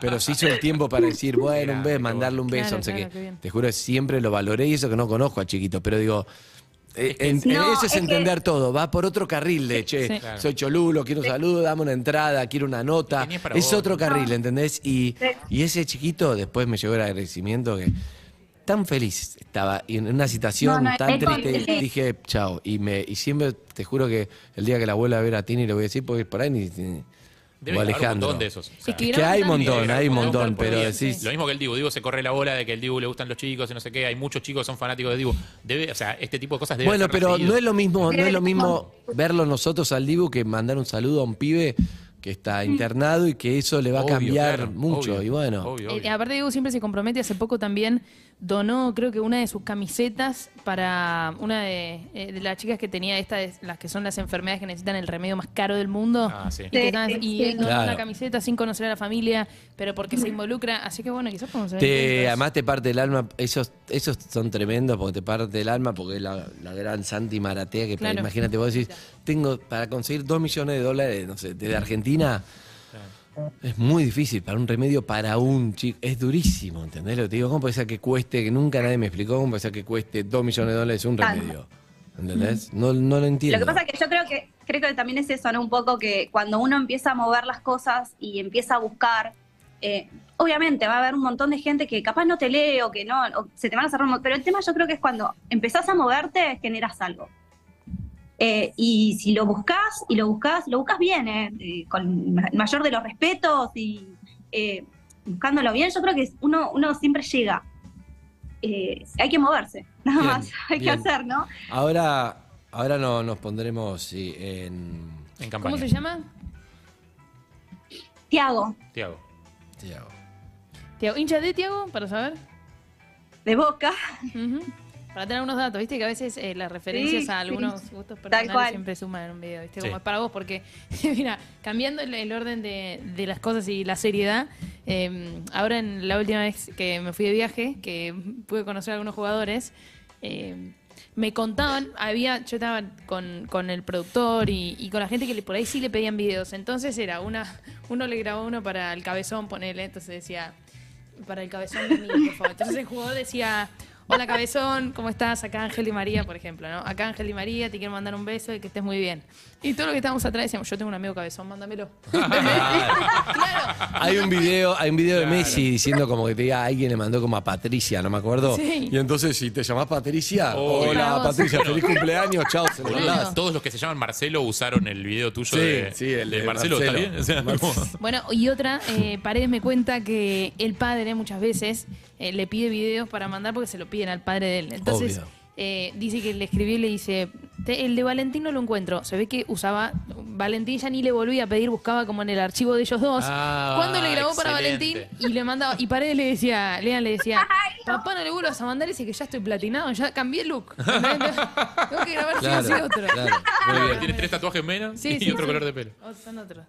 Speaker 8: pero se hizo el tiempo para decir, bueno, un beso, mandarle un beso,
Speaker 10: Claro,
Speaker 8: no sé
Speaker 10: claro,
Speaker 8: qué.
Speaker 10: qué bien.
Speaker 8: Te juro, que siempre lo valoré y eso que no conozco a chiquito, pero digo, eh, en- en
Speaker 10: No,
Speaker 8: eso es,
Speaker 10: es que-
Speaker 8: entender todo, va por otro carril de, che,
Speaker 10: Sí. Claro.
Speaker 8: soy cholulo, quiero un saludo, dame una entrada, quiero una nota.
Speaker 15: es para
Speaker 8: Es
Speaker 15: vos,
Speaker 8: otro
Speaker 15: ¿no?
Speaker 8: carril, ¿entendés? Y,
Speaker 15: Sí.
Speaker 8: y ese chiquito después me llegó el agradecimiento que tan feliz estaba y en una situación
Speaker 15: No, no,
Speaker 8: tan
Speaker 15: es con-
Speaker 8: triste,
Speaker 15: sí.
Speaker 8: dije, chao. Y, me, y siempre, te juro que el día que la abuela vea a Tini, le voy a decir, porque por ahí ni... ni-
Speaker 15: Debe
Speaker 8: o
Speaker 15: haber un
Speaker 8: Alejandro.
Speaker 15: montón de esos.
Speaker 8: Es que hay un montón, hay un montón,
Speaker 15: por
Speaker 8: pero
Speaker 15: día.
Speaker 8: decís...
Speaker 15: Lo mismo que el Dibu. Dibu se corre la bola de que el Dibu le gustan los chicos y no sé qué. Hay muchos chicos que son fanáticos de Dibu. Debe, o sea, este tipo de cosas debe
Speaker 8: Bueno,
Speaker 15: ser
Speaker 8: pero
Speaker 15: recibido.
Speaker 8: no es lo mismo, no es lo mismo verlo nosotros al Dibu que mandar un saludo a un pibe que está internado y que eso le va
Speaker 15: Obvio,
Speaker 8: a cambiar
Speaker 15: claro,
Speaker 8: mucho.
Speaker 15: obvio,
Speaker 8: y bueno,
Speaker 15: obvio,
Speaker 10: Eh,
Speaker 15: obvio.
Speaker 10: aparte Dibu siempre se compromete, hace poco también donó creo que una de sus camisetas para una de, eh, de las chicas que tenía estas, las que son las enfermedades que necesitan el remedio más caro del mundo.
Speaker 15: Ah, sí.
Speaker 10: Y, que están- y
Speaker 15: Sí, sí.
Speaker 10: él donó
Speaker 8: Claro.
Speaker 10: una camiseta sin conocer a la familia, pero porque se involucra. Así que bueno, quizás podemos ser
Speaker 8: te,
Speaker 10: intentos.
Speaker 8: además te parte el alma, esos, esos son tremendos porque te parte el alma porque es la, la gran Santi Maratea que
Speaker 10: Claro.
Speaker 8: imagínate vos decís, tengo para conseguir dos millones de dólares, no sé, desde Argentina. Es muy difícil para un remedio para un chico. Es durísimo, ¿entendés lo que te digo? ¿Cómo puede ser que cueste, que nunca nadie me explicó, cómo puede ser que cueste dos millones de dólares un
Speaker 14: Tanto.
Speaker 8: remedio? ¿Entendés? No, no lo entiendo.
Speaker 14: Lo que pasa es que yo creo que, creo que también es eso, ¿no? Un poco que cuando uno empieza a mover las cosas y empieza a buscar, eh, obviamente va a haber un montón de gente que capaz no te lee o que no, o se te van a cerrar, un mon- pero el tema yo creo que es cuando empezás a moverte, generas algo. Eh, y si lo buscas y lo buscas, lo buscas bien, ¿eh? Eh, con ma- el mayor de los respetos y eh, buscándolo bien, yo creo que es- uno, uno siempre llega. Eh, hay que moverse, nada
Speaker 8: Bien,
Speaker 14: más, hay
Speaker 8: bien.
Speaker 14: que hacer, ¿no?
Speaker 8: Ahora, ahora no, nos pondremos sí, en. En
Speaker 10: ¿Cómo se llama?
Speaker 14: Tiago,
Speaker 15: Tiago.
Speaker 8: Tiago.
Speaker 10: Tiago, hincha de Tiago, para saber.
Speaker 14: de boca.
Speaker 10: Ujú. Para tener unos datos, viste que a veces eh, las referencias
Speaker 14: Sí,
Speaker 10: a
Speaker 14: sí.
Speaker 10: algunos gustos
Speaker 14: Tal
Speaker 10: personales
Speaker 14: cual.
Speaker 10: siempre suman en un video, viste,
Speaker 14: Sí.
Speaker 10: como es para vos, porque, mira, cambiando el, el orden de, de las cosas y la seriedad, eh, ahora en la última vez que me fui de viaje, que pude conocer a algunos jugadores, eh, me contaban, había, yo estaba con, con el productor y, y con la gente que le- por ahí sí le pedían videos. Entonces era una, uno le grabó uno para el cabezón, ponele, entonces decía, para el cabezón de mí, por favor. Entonces el jugador decía, Hola cabezón, ¿cómo estás? Acá Ángel y María, por ejemplo, ¿no? Acá Ángel y María, te quiero mandar un beso y que estés muy bien. Y todo lo que estábamos atrás decíamos, yo tengo un amigo cabezón, mándamelo.
Speaker 8: Hay un video, hay un video de Messi diciendo como que te diga, alguien le mandó como a Patricia, no me acuerdo.
Speaker 10: Sí.
Speaker 8: Y entonces si te llamás Patricia,
Speaker 15: Oh. Para
Speaker 8: hola
Speaker 15: vos.
Speaker 8: Patricia, feliz cumpleaños, chao, se lo
Speaker 15: Boludo,
Speaker 8: mandás.
Speaker 15: Todos los que se llaman Marcelo usaron el video tuyo
Speaker 8: Sí,
Speaker 15: de,
Speaker 8: sí, el
Speaker 15: de
Speaker 8: de
Speaker 15: Marcelo, ¿está
Speaker 8: Marcelo.
Speaker 15: bien? O sea, como-
Speaker 10: Bueno, y otra, eh, Paredes me cuenta que el padre muchas veces eh, le pide videos para mandar porque se lo piden al padre de él. Entonces,
Speaker 16: Obvio.
Speaker 10: eh, dice que le escribí y le dice, "Te- el de Valentín no lo encuentro. Se ve que usaba, Valentín ya ni le volvía a pedir, buscaba como en el archivo de ellos dos.
Speaker 16: Ah,
Speaker 10: cuando le grabó para Valentín
Speaker 16: excelente.
Speaker 10: y le mandaba, y Paredes le decía, Lea le decía, papá no le vuelvas a mandar ese que ya estoy platinado, ya cambié el look. Tengo que grabar sí o sí otro.
Speaker 15: Tiene tres tatuajes menos
Speaker 10: Sí,
Speaker 15: y
Speaker 10: sí,
Speaker 15: otro
Speaker 10: sí.
Speaker 15: color de pelo.
Speaker 10: O- Son otros.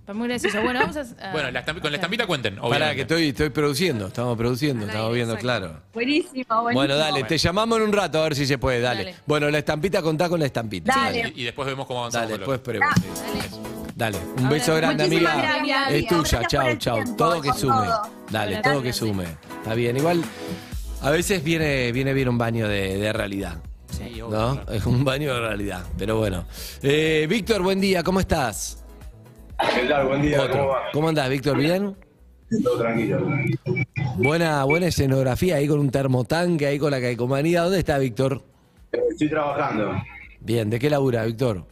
Speaker 10: Está muy gracioso. Bueno, vamos a. a-
Speaker 15: Bueno, la estampi- con la estampita cuenten,
Speaker 8: Para que
Speaker 15: obviamente.
Speaker 8: estoy, estoy produciendo, estamos produciendo, estamos viendo, claro.
Speaker 14: Buenísimo, buenísimo.
Speaker 8: Bueno, dale, te llamamos en un rato a ver si se puede, dale.
Speaker 14: Dale.
Speaker 8: Bueno, la estampita, contá con la estampita.
Speaker 14: Dale.
Speaker 15: Y después vemos cómo avanzamos.
Speaker 8: Dale,
Speaker 15: con los-
Speaker 8: después pruebo. Dale, un beso grande,
Speaker 15: Muchísimas
Speaker 8: amiga.
Speaker 15: gracias.
Speaker 8: Es tuya, chao, chao. Todo que
Speaker 15: por
Speaker 8: sume.
Speaker 15: todo.
Speaker 8: Dale,
Speaker 15: Gracias.
Speaker 8: todo que sume. Está bien, igual a veces viene, viene bien un baño de, de realidad.
Speaker 15: Sí, obvio.
Speaker 8: ¿No? Es un baño de realidad, pero bueno. Eh, Víctor, buen día, ¿cómo estás?
Speaker 17: ¿Qué tal? Buen día,
Speaker 8: Otro.
Speaker 17: ¿cómo va?
Speaker 8: ¿Cómo andás, Víctor? ¿Bien?
Speaker 17: Todo tranquilo. tranquilo.
Speaker 8: Buena, buena escenografía ahí con un termotanque, ahí con la calcomanía. ¿Dónde está, Víctor?
Speaker 17: Eh, Estoy trabajando.
Speaker 8: Bien, ¿de qué labura, Víctor?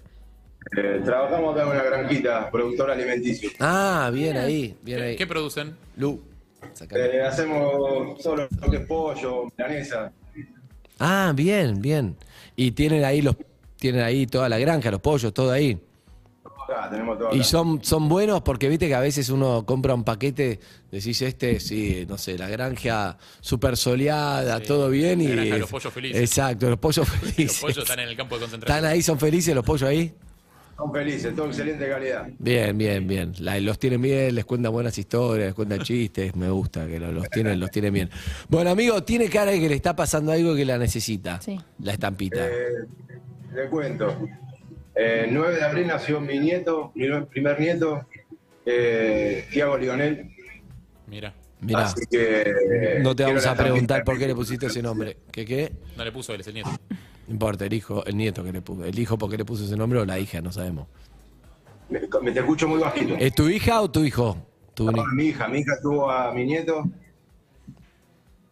Speaker 17: Eh, trabajamos acá en una granjita, productor alimenticio.
Speaker 8: Ah, bien ahí, bien ahí.
Speaker 15: ¿Qué producen?
Speaker 8: Lu.
Speaker 17: Eh, hacemos solo lo que es pollo, milanesa.
Speaker 8: Ah, bien, bien. Y tienen ahí los, tienen ahí toda la granja, los pollos, todo ahí.
Speaker 17: Todo Acá, tenemos todo acá.
Speaker 8: Y son, son buenos porque viste que a veces uno compra un paquete, decís este, sí, no sé, la granja super soleada, todo bien.
Speaker 15: la
Speaker 8: y
Speaker 15: granja de
Speaker 8: es-
Speaker 15: los pollos felices.
Speaker 8: Exacto, los pollos
Speaker 15: Los
Speaker 8: felices.
Speaker 15: pollos están en el campo de concentración.
Speaker 8: ¿Están ahí, son felices los pollos ahí?
Speaker 17: Son felices, todo excelente calidad.
Speaker 8: Bien, bien, bien. La- los tienen bien, les cuentan buenas historias, les cuentan chistes. Me gusta que lo- los tienen, los tienen bien. Bueno, amigo, tiene cara de que le está pasando algo que la necesita. La estampita.
Speaker 17: Eh, le cuento. Eh, 9 de abril nació mi nieto, mi no- primer nieto, eh, Tiago Lionel.
Speaker 15: Mira,
Speaker 8: Mirá,
Speaker 17: así que, eh,
Speaker 8: no
Speaker 17: quiero
Speaker 8: te vamos
Speaker 17: la
Speaker 8: a
Speaker 17: estampita.
Speaker 8: preguntar por qué le pusiste ese nombre. ¿Qué qué?
Speaker 15: no le puso él, es el nieto.
Speaker 8: No importa, el hijo, el nieto que le puso. El hijo por qué le puso ese nombre o la hija, no sabemos.
Speaker 17: Me, me- te escucho muy bajito.
Speaker 8: ¿Es tu hija o tu hijo? Tu
Speaker 17: No, mi hija, mi hija tuvo a mi nieto.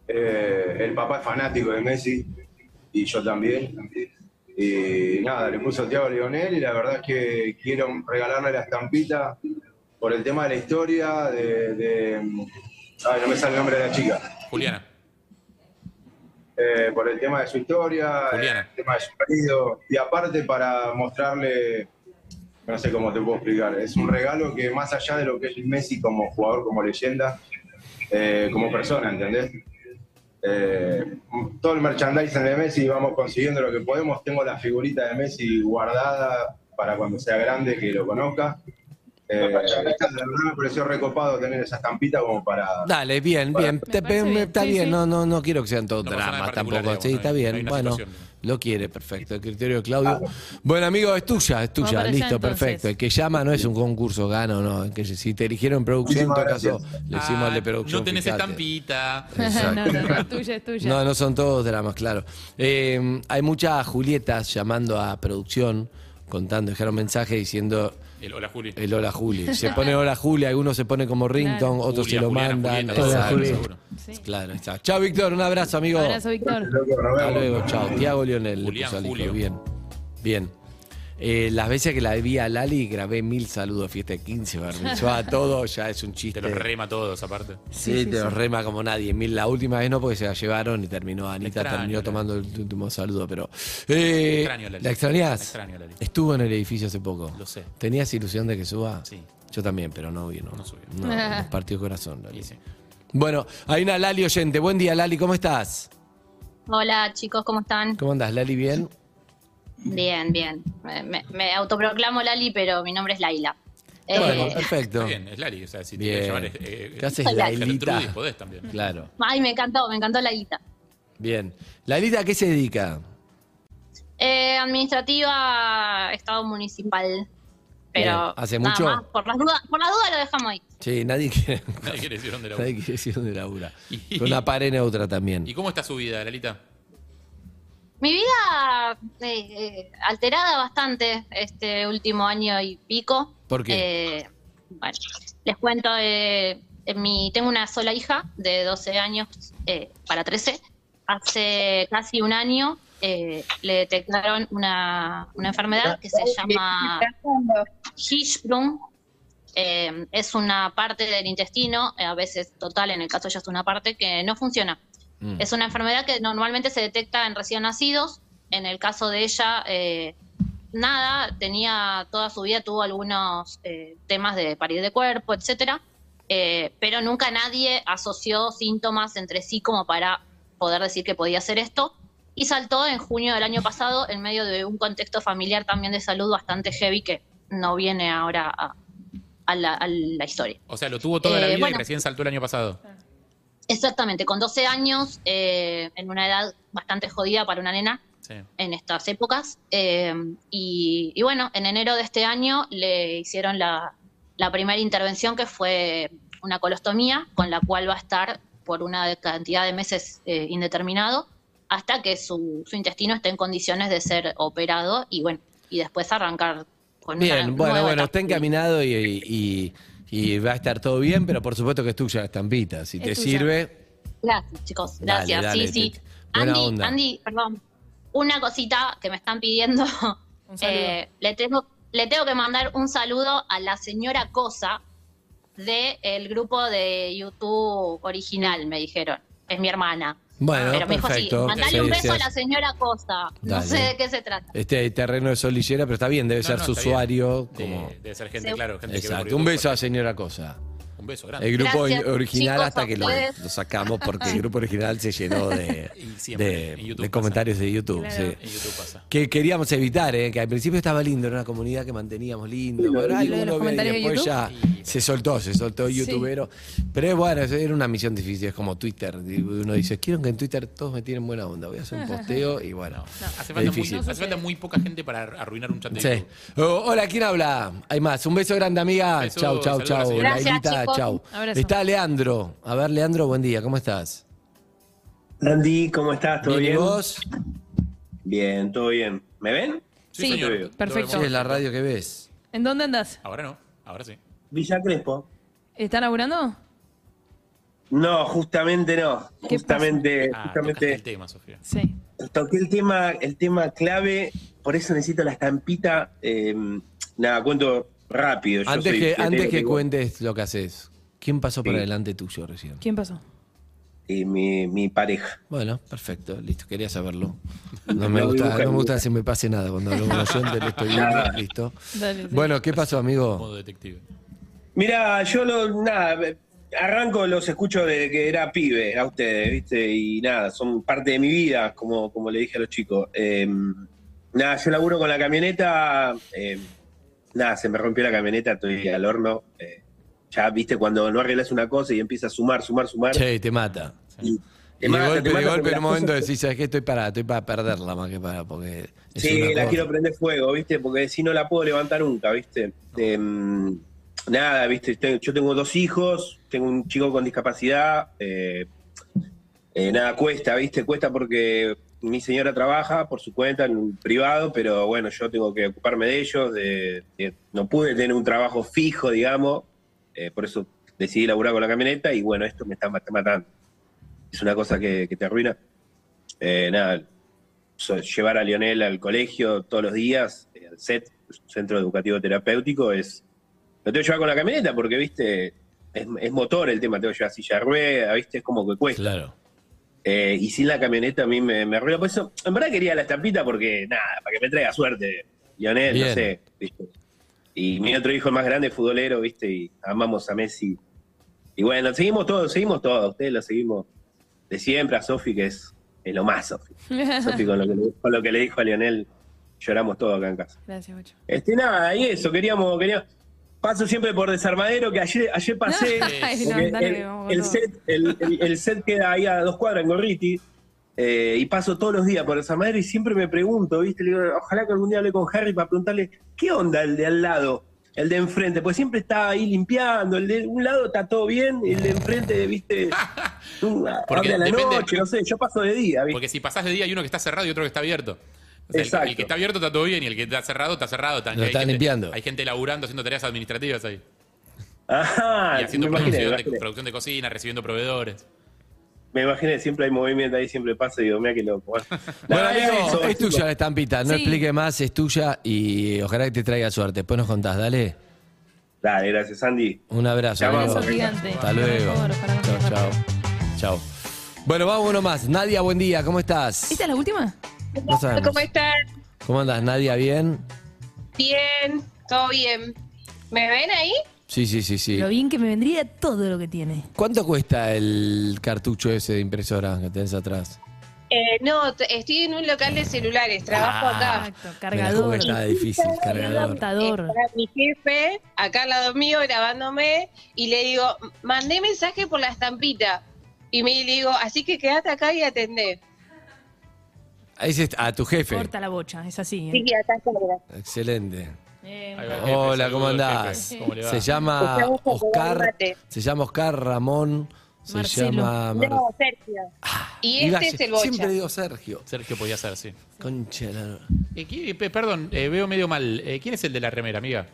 Speaker 17: Eh, el papá es fanático de Messi y yo también. Y nada, le puso Thiago Leonel y la verdad es que quiero regalarle la estampita por el tema de la historia de... de- ay, no me sale el nombre de la chica.
Speaker 15: Juliana.
Speaker 17: Eh, por el tema de su historia,
Speaker 15: Juliana.
Speaker 17: el tema de su marido. Y aparte para mostrarle... No sé cómo te puedo explicar. Es un regalo que más allá de lo que es Messi como jugador, como leyenda, eh, como persona, ¿entendés? Eh, todo el merchandising de Messi vamos consiguiendo lo que podemos. Tengo la figurita de Messi guardada para cuando sea grande que lo conozca. Eh, esta, la verdad me pareció recopado tener esa estampita como para...
Speaker 8: Dale, bien, bien. Te- Está
Speaker 17: Sí,
Speaker 8: bien,
Speaker 17: sí.
Speaker 8: no, no, no quiero que sean todos dramas
Speaker 17: particular,
Speaker 8: tampoco.
Speaker 17: digamos,
Speaker 8: sí,
Speaker 17: no
Speaker 8: está
Speaker 17: hay- no
Speaker 8: bien.
Speaker 17: hay una
Speaker 8: bueno,
Speaker 17: situación.
Speaker 8: lo quiere, perfecto. El criterio de Claudio. Bueno, amigo, es tuya, es
Speaker 17: Vamos
Speaker 8: tuya.
Speaker 17: para allá,
Speaker 8: Listo,
Speaker 17: entonces.
Speaker 8: perfecto. El que llama no es un concurso, gana o no. El que- si te eligieron en producción, en todo
Speaker 15: Muchísimas
Speaker 8: caso,
Speaker 15: gracias.
Speaker 8: le hicimos al de
Speaker 15: Ah,
Speaker 8: producción.
Speaker 15: No tenés
Speaker 8: fíjate.
Speaker 15: estampita.
Speaker 8: Exacto.
Speaker 10: no, no, no, es tuya, es tuya.
Speaker 8: No, no son todos dramas, claro. Eh, hay muchas Julietas llamando a producción, contando, dejaron mensaje diciendo
Speaker 15: El hola Juli.
Speaker 8: el hola Juli. Se pone hola Juli, algunos se pone como ringtone, otros
Speaker 15: Julia,
Speaker 8: se lo
Speaker 15: Juliana,
Speaker 8: mandan.
Speaker 15: Julieta, Hola,
Speaker 8: Exacto.
Speaker 15: Juli.
Speaker 8: Seguro. Claro, está. Chao, Víctor, un abrazo, amigo.
Speaker 10: Abrazo, Víctor.
Speaker 8: Hasta luego, chao. Tiago Lionel. le puso al hijo. Bien. Bien. Eh, las veces que la vi a Lali grabé mil saludos, fiesta de 15, barbichó a todo, ya es un chiste.
Speaker 15: Los rema todos, aparte.
Speaker 8: Sí, te los rema como nadie. Mil, la última vez no, porque se la llevaron y terminó. Anita
Speaker 15: extraño,
Speaker 8: terminó
Speaker 15: Lali.
Speaker 8: tomando el último saludo, pero. eh,
Speaker 15: extraño, Lali.
Speaker 8: ¿La extrañás?
Speaker 15: La extraño, Lali.
Speaker 8: Estuvo en el edificio hace poco.
Speaker 15: Lo sé.
Speaker 8: ¿Tenías ilusión de que suba?
Speaker 15: Sí.
Speaker 8: Yo también, pero no vino. No
Speaker 15: subió.
Speaker 8: No, nos partió el corazón, Lali.
Speaker 15: Y sí.
Speaker 8: Bueno, hay una Lali oyente. Buen día, Lali, ¿cómo estás?
Speaker 18: Hola chicos, ¿cómo están?
Speaker 8: ¿Cómo andás, Lali? ¿Bien?
Speaker 18: Bien, bien. Me, me- me autoproclamo Lali, pero mi nombre es Laila. Eh,
Speaker 8: Bueno, perfecto.
Speaker 15: Está bien, es Lali. O sea, si te quieres
Speaker 8: Bien.
Speaker 15: llamar. eh,
Speaker 8: ¿Qué haces,
Speaker 18: Soy Lali.
Speaker 8: Lailita?
Speaker 15: Gertrudis, podés también.
Speaker 8: Claro,
Speaker 18: ay, me encantó, me encantó Lalita.
Speaker 8: bien. Lalita, ¿a qué se dedica?
Speaker 18: Eh, administrativa, Estado Municipal. Pero
Speaker 8: Bien. ¿Hace
Speaker 18: nada
Speaker 8: mucho?
Speaker 18: más, por las dudas, por las dudas lo dejamos ahí.
Speaker 8: Sí, nadie quiere,
Speaker 15: Nadie quiere decir dónde labura.
Speaker 8: nadie quiere decir dónde labura. Con una pared neutra también.
Speaker 15: ¿Y cómo está su vida, Lalita?
Speaker 18: Mi vida eh, eh, alterada bastante este último año y pico.
Speaker 8: ¿Por
Speaker 18: qué? bueno, les cuento, eh, en mi, tengo una sola hija de 12 años eh, para 13. Hace casi un año eh, le detectaron una, una enfermedad que se llama Hirschsprung. Eh, es una parte del intestino, eh, a veces total, en el caso ya es una parte que no funciona.
Speaker 16: Mm.
Speaker 18: Es una enfermedad que normalmente se detecta en recién nacidos. En el caso de ella, eh, nada, tenía toda su vida, tuvo algunos eh, temas de parir de cuerpo, etcétera, eh, pero nunca nadie asoció síntomas entre sí como para poder decir que podía hacer esto. Y saltó en junio del año pasado en medio de un contexto familiar también de salud bastante heavy que no viene ahora a, a la, a la historia.
Speaker 15: O sea, lo tuvo toda la
Speaker 18: Eh,
Speaker 15: vida
Speaker 18: bueno.
Speaker 15: y recién saltó el año pasado.
Speaker 18: Exactamente, con 12 años, eh, en una edad bastante jodida para una nena,
Speaker 15: Sí.
Speaker 18: en estas épocas. eh, y, y bueno, en enero de este año le hicieron la, la primera intervención que fue una colostomía, con la cual va a estar por una cantidad de meses eh, indeterminado, hasta que su, su intestino esté en condiciones de ser operado y bueno, y después arrancar con una
Speaker 8: Bien, bueno,
Speaker 18: nueva
Speaker 8: bueno,
Speaker 18: etapa.
Speaker 8: está encaminado y, y- y va a estar todo bien, pero por supuesto que es tuya la estampita. Si
Speaker 18: Es
Speaker 8: te
Speaker 18: tuya.
Speaker 8: sirve,
Speaker 18: Gracias, chicos.
Speaker 8: Dale,
Speaker 18: Gracias.
Speaker 8: dale,
Speaker 18: sí,
Speaker 8: te-
Speaker 18: sí.
Speaker 8: buena
Speaker 18: Andy,
Speaker 8: onda.
Speaker 18: Andy, perdón. Una cosita que me están pidiendo.
Speaker 10: saludo.
Speaker 18: Eh, le, tengo, le tengo que mandar un saludo a la señora Cosa del grupo de YouTube original, me dijeron. Es mi hermana.
Speaker 8: Bueno,
Speaker 18: Pero me dijo así,
Speaker 8: perfecto.
Speaker 18: mandale
Speaker 8: Sí,
Speaker 18: un beso
Speaker 8: sí,
Speaker 18: a
Speaker 8: sí.
Speaker 18: la señora Cosa. No
Speaker 8: Dale.
Speaker 18: sé de qué se trata.
Speaker 8: este terreno es solillera, pero está bien, debe
Speaker 15: No,
Speaker 8: ser
Speaker 15: no,
Speaker 8: su
Speaker 15: está bien.
Speaker 8: usuario.
Speaker 15: De-
Speaker 8: como...
Speaker 15: Debe ser gente,
Speaker 18: Sí.
Speaker 15: claro, gente que ve por
Speaker 8: Exacto,
Speaker 15: YouTube.
Speaker 8: un beso a señora Cosa.
Speaker 15: Un beso grande.
Speaker 8: El grupo
Speaker 18: Gracias,
Speaker 8: ori- original
Speaker 18: chicos, a
Speaker 8: hasta que lo,
Speaker 18: ustedes.
Speaker 8: lo sacamos porque el grupo original se llenó de,
Speaker 15: Y siempre,
Speaker 8: de-
Speaker 15: en YouTube
Speaker 8: de
Speaker 15: pasa.
Speaker 8: comentarios de YouTube.
Speaker 15: Claro.
Speaker 8: sí.
Speaker 15: En YouTube pasa.
Speaker 8: Que queríamos evitar, ¿eh? que al principio estaba lindo, era una comunidad que manteníamos lindo,
Speaker 15: Sí, lo
Speaker 8: pero
Speaker 15: vi.
Speaker 8: ay,
Speaker 15: Lo de
Speaker 8: uno
Speaker 15: los
Speaker 8: ve y
Speaker 15: comentarios de
Speaker 8: después
Speaker 15: YouTube.
Speaker 8: ya se soltó, se soltó
Speaker 15: Sí.
Speaker 8: youtubero. Pero es bueno, eso era una misión difícil, es como Twitter. Uno dice, quiero que en Twitter todos me tienen buena onda, voy a hacer un posteo y bueno,
Speaker 15: Hace
Speaker 8: es
Speaker 15: falta, muy,
Speaker 8: difícil.
Speaker 15: hace falta muy poca gente para arruinar un chat de
Speaker 8: Sí.
Speaker 15: YouTube.
Speaker 8: Oh, hola, ¿quién habla? Hay más. Un beso grande, amiga.
Speaker 15: Beso,
Speaker 8: chau, chau,
Speaker 15: saludos a la
Speaker 8: chau.
Speaker 15: señora. Gracias,
Speaker 8: Lailita,
Speaker 15: chicos.
Speaker 8: chau.
Speaker 15: Abrazo.
Speaker 8: Está Leandro. A ver, Leandro, buen día. ¿Cómo estás?
Speaker 19: Andy, ¿cómo estás? ¿Todo
Speaker 8: Bien, ¿y
Speaker 19: bien?
Speaker 8: vos?
Speaker 19: Bien, todo bien. ¿Me ven?
Speaker 10: Sí, Sí, señor.
Speaker 19: Te veo.
Speaker 10: perfecto.
Speaker 8: Sí, es la radio que ves.
Speaker 10: ¿En dónde andas?
Speaker 15: Ahora no, ahora sí.
Speaker 19: Villa Crespo.
Speaker 10: ¿Estás laburando?
Speaker 19: No, justamente no.
Speaker 10: ¿Qué
Speaker 19: Justamente,
Speaker 15: Ah,
Speaker 19: justamente.
Speaker 15: El tema, Sofía.
Speaker 10: Sí.
Speaker 19: Toqué el tema, el tema clave, por eso necesito la estampita. eh, nada, cuento rápido. Yo
Speaker 8: Antes
Speaker 19: soy
Speaker 8: que,
Speaker 19: siete,
Speaker 8: antes que
Speaker 19: digo,
Speaker 8: cuentes lo que haces, ¿quién pasó por
Speaker 19: Sí.
Speaker 8: delante tuyo recién?
Speaker 10: ¿Quién pasó?
Speaker 19: eh, mi, mi pareja.
Speaker 8: Bueno, perfecto, listo, quería saberlo. No me
Speaker 19: Lo
Speaker 8: gusta,
Speaker 19: dibujan.
Speaker 8: no me gusta que se me pase nada cuando hablo con oyente, le estoy viendo,
Speaker 19: Nada.
Speaker 8: listo.
Speaker 19: Dale, sí.
Speaker 8: Bueno, ¿qué pasó, amigo?
Speaker 15: Modo detective.
Speaker 19: Mira, yo lo, nada, eh, arranco, los escucho desde que era pibe a ustedes, ¿viste? Y nada, son parte de mi vida, como, como le dije a los chicos. Eh, nada, yo laburo con la camioneta, eh, nada, se me rompió la camioneta, estoy al horno. eh, ya, ¿viste? Cuando no arreglas una cosa y empiezas a sumar, sumar, sumar.
Speaker 8: Che, te mata.
Speaker 19: Y te
Speaker 8: Y de
Speaker 19: mata, te
Speaker 8: golpe,
Speaker 19: mata
Speaker 8: de golpe
Speaker 19: porque
Speaker 8: en
Speaker 19: las
Speaker 8: un momento
Speaker 19: cosas-
Speaker 8: decís, ¿sabes qué? Estoy para, estoy para perderla más que para, porque es
Speaker 19: Sí,
Speaker 8: una
Speaker 19: la
Speaker 8: cosa.
Speaker 19: quiero prender fuego, ¿viste? Porque si no la puedo levantar nunca, ¿viste? Em, nada, ¿viste? Ten- Yo tengo dos hijos, tengo un chico con discapacidad. eh, eh, nada, cuesta, ¿viste? Cuesta porque mi señora trabaja por su cuenta en un privado, pero bueno, yo tengo que ocuparme de ellos. de- de- no pude tener un trabajo fijo, digamos. eh, por eso decidí laburar con la camioneta y bueno, esto me está mat- matando. Es una cosa que, que te arruina. Eh, nada, so- llevar a Lionel al colegio todos los días, eh, al CET, Centro Educativo Terapéutico, es. Lo tengo que llevar con la camioneta porque, viste, es, es motor el tema, tengo que llevar silla de rueda, viste, es como que cuesta.
Speaker 8: Claro.
Speaker 19: Eh, y sin la camioneta a mí me, me arruina. Por eso, en verdad quería la estampita porque, nada, para que me traiga suerte, Lionel,
Speaker 8: Bien.
Speaker 19: no sé, viste. Y mi otro hijo más grande, futbolero, viste, y amamos a Messi. Y bueno, seguimos todos, seguimos todos, ustedes lo seguimos de siempre, a Sofi, que es, es lo más, Sofi. Sofi, con, lo que le- con lo que le dijo a Lionel, lloramos todos acá en casa.
Speaker 10: Gracias, Bocho.
Speaker 19: Este, nada, y eso, queríamos, queríamos. Paso siempre por Desarmadero, que ayer, ayer pasé.
Speaker 10: Ay, no,
Speaker 19: porque
Speaker 10: dale,
Speaker 19: Eh, el,
Speaker 10: vamos con
Speaker 19: el
Speaker 10: todo.
Speaker 19: set, el- el- el set queda ahí a dos cuadras en Gorriti. eh, y paso todos los días por Desarmadero y siempre me pregunto, ¿viste? Le digo, ojalá que algún día hable con Harry para preguntarle, ¿qué onda el de al lado? el de enfrente, pues siempre está ahí limpiando, el de un lado está todo bien, el de enfrente, viste, un- ah,
Speaker 15: Porque
Speaker 19: habla a la
Speaker 15: depende-
Speaker 19: noche, no sé, yo paso de día, ¿viste?
Speaker 15: Porque si pasás de día hay uno que está cerrado y otro que está abierto. O sea, el- el,
Speaker 19: Exacto.
Speaker 15: que está abierto está todo bien y el que está cerrado está cerrado. Tan-
Speaker 8: Lo
Speaker 15: hay
Speaker 8: están
Speaker 15: gente-
Speaker 8: limpiando.
Speaker 15: Hay gente laburando haciendo tareas administrativas ahí.
Speaker 19: Ajá,
Speaker 15: y haciendo
Speaker 19: Ah, me
Speaker 15: producción,
Speaker 19: imaginé, me
Speaker 15: de,
Speaker 19: imaginé.
Speaker 15: producción de cocina, recibiendo proveedores.
Speaker 19: Me imaginé, siempre hay movimiento ahí, siempre pasa y digo, mira qué loco. Bueno,
Speaker 8: Bueno,
Speaker 19: nada,
Speaker 8: amigo,
Speaker 19: eso,
Speaker 8: es tuya la estampita, no
Speaker 19: Sí.
Speaker 8: explique más, es tuya y ojalá que te traiga suerte. Después nos contás, dale.
Speaker 19: Dale, gracias, Andy.
Speaker 8: Un abrazo.
Speaker 19: Te amamos.
Speaker 8: amigo.
Speaker 19: Beso gigante.
Speaker 8: Hasta
Speaker 19: Por
Speaker 8: luego.
Speaker 19: favor,
Speaker 8: Chao, chao. Chao. Bueno, vamos uno más. Nadia, buen día, ¿cómo estás?
Speaker 10: ¿Esta es la última?
Speaker 8: No sabemos.
Speaker 16: ¿Cómo están?
Speaker 8: ¿Cómo andas, Nadia? ¿Bien?
Speaker 16: Bien, todo bien. ¿Me ven ahí?
Speaker 8: Sí, sí, sí, sí.
Speaker 10: Lo bien que me vendría todo lo que tiene.
Speaker 8: ¿Cuánto cuesta el cartucho ese de impresora que tenés atrás?
Speaker 16: Eh, no, t- estoy en un local de celulares, trabajo
Speaker 8: Ah,
Speaker 16: acá.
Speaker 8: Me la jugué, Está difícil, cargador.
Speaker 16: Está mi jefe acá al lado mío grabándome y le digo, mandé mensaje por la estampita. Y me le digo, así que quédate acá y atendé.
Speaker 8: Ese es a tu jefe.
Speaker 10: Corta la bocha, es así. ¿eh?
Speaker 16: Así que acá está.
Speaker 8: Excelente.
Speaker 10: Ahí va,
Speaker 8: Hola,
Speaker 15: jefe,
Speaker 8: ¿cómo
Speaker 15: saludos,
Speaker 8: andás?
Speaker 15: jefe. ¿Cómo le va?
Speaker 8: Se llama
Speaker 16: Te gusta que vaya
Speaker 8: Oscar,
Speaker 16: mate.
Speaker 8: se llama Oscar Ramón, se
Speaker 16: Marcelo.
Speaker 8: llama... Mar-
Speaker 16: No, Sergio.
Speaker 8: Iba
Speaker 16: y este
Speaker 8: a
Speaker 16: es
Speaker 8: decir-
Speaker 16: el bocha.
Speaker 8: Siempre digo Sergio.
Speaker 15: Sergio podía ser, sí.
Speaker 8: Concha, la-
Speaker 15: Eh, qui- eh, perdón, eh, veo medio mal. Eh, ¿Quién es el de la remera, amiga?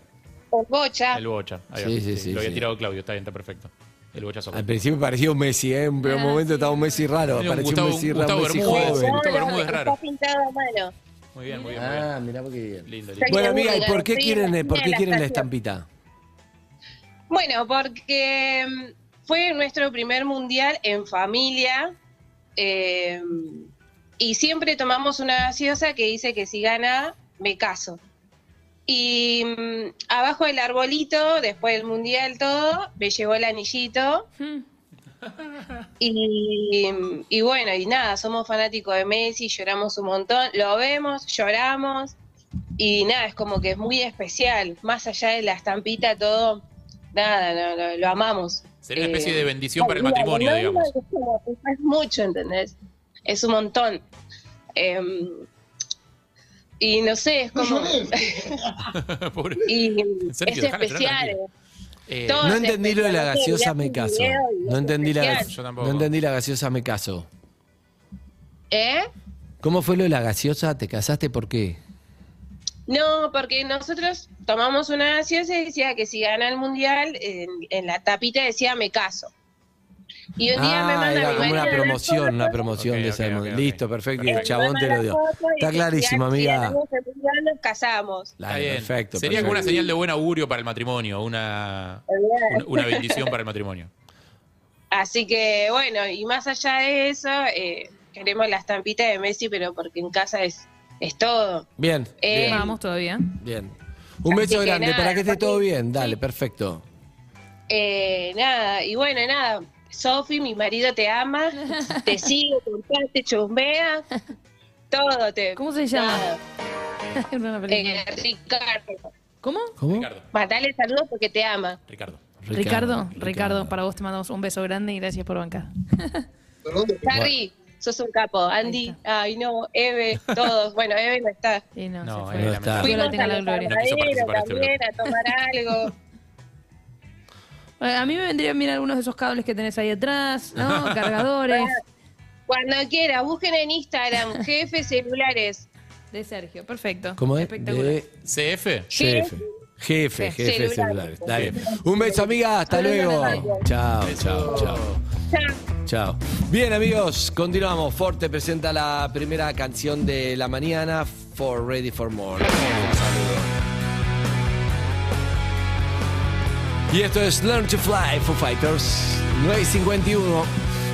Speaker 16: El bocha.
Speaker 15: El Bocha. Ahí va.
Speaker 8: Sí, sí, sí,
Speaker 15: Lo había
Speaker 8: sí. Ah,
Speaker 15: tirado Claudio, está bien, está perfecto. El Bocha Soco.
Speaker 8: Al principio parecía un Messi, ¿eh? En un momento estaba un Messi raro,
Speaker 15: Era un
Speaker 8: parecía
Speaker 15: Gustavo-
Speaker 8: un Messi
Speaker 15: un
Speaker 8: raro, un
Speaker 15: Gustavo
Speaker 8: Messi
Speaker 15: Bermúdez.
Speaker 8: joven.
Speaker 15: Gustavo
Speaker 16: No,
Speaker 15: Bermúdez
Speaker 16: está
Speaker 15: raro.
Speaker 16: pintado a mano.
Speaker 15: Muy bien, muy bien. muy
Speaker 8: Ah,
Speaker 15: bien.
Speaker 8: mirá porque bien.
Speaker 15: Lindo, lindo.
Speaker 16: Está
Speaker 8: Bueno,
Speaker 16: que
Speaker 8: amiga, ¿y
Speaker 16: digan,
Speaker 8: por qué
Speaker 16: sí,
Speaker 8: quieren, eh,
Speaker 16: la
Speaker 8: por qué
Speaker 16: esquina de la
Speaker 8: quieren la
Speaker 16: estación.
Speaker 8: estampita?
Speaker 16: Bueno, porque mm, fue nuestro primer mundial en familia eh, y siempre tomamos una gaseosa que dice que si gana, me caso. Y mm, abajo del arbolito, después del mundial todo, me llegó el anillito. Y, y bueno, y nada, somos fanáticos de Messi, lloramos un montón, lo vemos, lloramos y nada, es como que es muy especial, más allá de la estampita, todo, nada, no, no, lo amamos.
Speaker 15: Sería una
Speaker 16: Eh,
Speaker 15: especie de bendición para el
Speaker 16: ay, mira,
Speaker 15: matrimonio,
Speaker 16: no,
Speaker 15: digamos.
Speaker 16: no, es como- Es mucho, ¿entendés? Es un montón. Eh, y no sé, es como...
Speaker 15: Pobre.
Speaker 16: y
Speaker 15: Sergio,
Speaker 16: es
Speaker 15: dejala llorar
Speaker 16: especial.
Speaker 15: tranquila.
Speaker 16: Eh, Todos
Speaker 8: No entendí lo de la
Speaker 16: especialmente
Speaker 8: gaseosa
Speaker 16: le
Speaker 8: me
Speaker 16: hacen
Speaker 8: caso.
Speaker 16: video y
Speaker 8: No
Speaker 16: es
Speaker 8: entendí la
Speaker 16: especial.
Speaker 15: Yo
Speaker 8: gaseosa.
Speaker 15: tampoco.
Speaker 8: No entendí la gaseosa me caso.
Speaker 16: ¿Eh?
Speaker 8: ¿Cómo fue lo de la gaseosa? ¿Te casaste por qué?
Speaker 16: No, porque nosotros tomamos una gaseosa y decía que si gana el mundial, en, en la tapita decía me caso. Y un día me
Speaker 8: Ah,
Speaker 16: manda
Speaker 8: era
Speaker 16: mi
Speaker 8: como una
Speaker 16: marido
Speaker 8: promoción, una promoción de esa. Listo, perfecto. Y el chabón te lo dio.
Speaker 16: una foto y
Speaker 8: Está
Speaker 16: decía,
Speaker 8: clarísimo,
Speaker 16: si
Speaker 8: amiga.
Speaker 16: ganamos el mundial, nos casamos.
Speaker 15: Está bien.
Speaker 8: perfecto,
Speaker 15: Sería como una
Speaker 8: perfecto.
Speaker 15: señal de buen augurio para el matrimonio, una, una, una bendición para el matrimonio.
Speaker 16: Así que bueno, y más allá de eso, eh, queremos la estampita de Messi, pero porque en casa es, es todo.
Speaker 8: Bien,
Speaker 16: Eh,
Speaker 8: bien,
Speaker 10: todavía.
Speaker 8: bien. Un
Speaker 16: Así
Speaker 8: beso
Speaker 16: que
Speaker 8: grande
Speaker 16: nada,
Speaker 8: para que esté todo bien. Dale, perfecto.
Speaker 16: Eh, nada, y bueno, nada. Sofi, mi marido te ama, te sigue, te encanta, te chumbea, todo te.
Speaker 10: ¿Cómo se llama?
Speaker 16: Eh, Ricardo.
Speaker 10: ¿Cómo?
Speaker 8: ¿Cómo?
Speaker 16: Mandale saludos porque te ama.
Speaker 15: Ricardo.
Speaker 10: Ricardo, Ricardo, para vos te mandamos un beso grande y gracias por bancar.
Speaker 16: Harry, sos un capo. Andy, ay no, Eve, todos. Bueno, Eve no está.
Speaker 10: no,
Speaker 15: No,
Speaker 8: fue. No está.
Speaker 15: lamentable.
Speaker 10: Dios la tenga la gloria.
Speaker 15: No quiso participar de este
Speaker 16: también a tomar algo.
Speaker 10: Eh, A mí me vendrían bien algunos de esos cables que tenés ahí atrás, ¿no? Cargadores.
Speaker 16: Cuando quiera, busquen en Instagram, jefe celulares.
Speaker 10: De Sergio, perfecto.
Speaker 8: ¿Cómo es?
Speaker 10: Espectacular.
Speaker 8: De-
Speaker 15: CF.
Speaker 8: Jefe. Jefe, jefe
Speaker 10: Celulares.
Speaker 8: celulares. Dale. Un beso, amiga. Hasta luego. Chao, chao, chao. Chao. Bien, amigos, continuamos. Ford te presenta la primera canción de la mañana, For Ready for More. Y esto es Learn to Fly, Foo Fighters. 9.51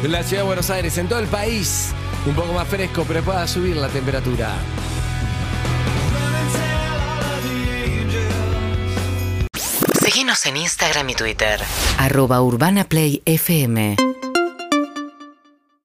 Speaker 8: en la ciudad de Buenos Aires, en todo el país. Un poco más fresco, pero pueda subir la temperatura.
Speaker 20: Seguinos en Instagram y Twitter.
Speaker 21: Arroba Urbana Play FM.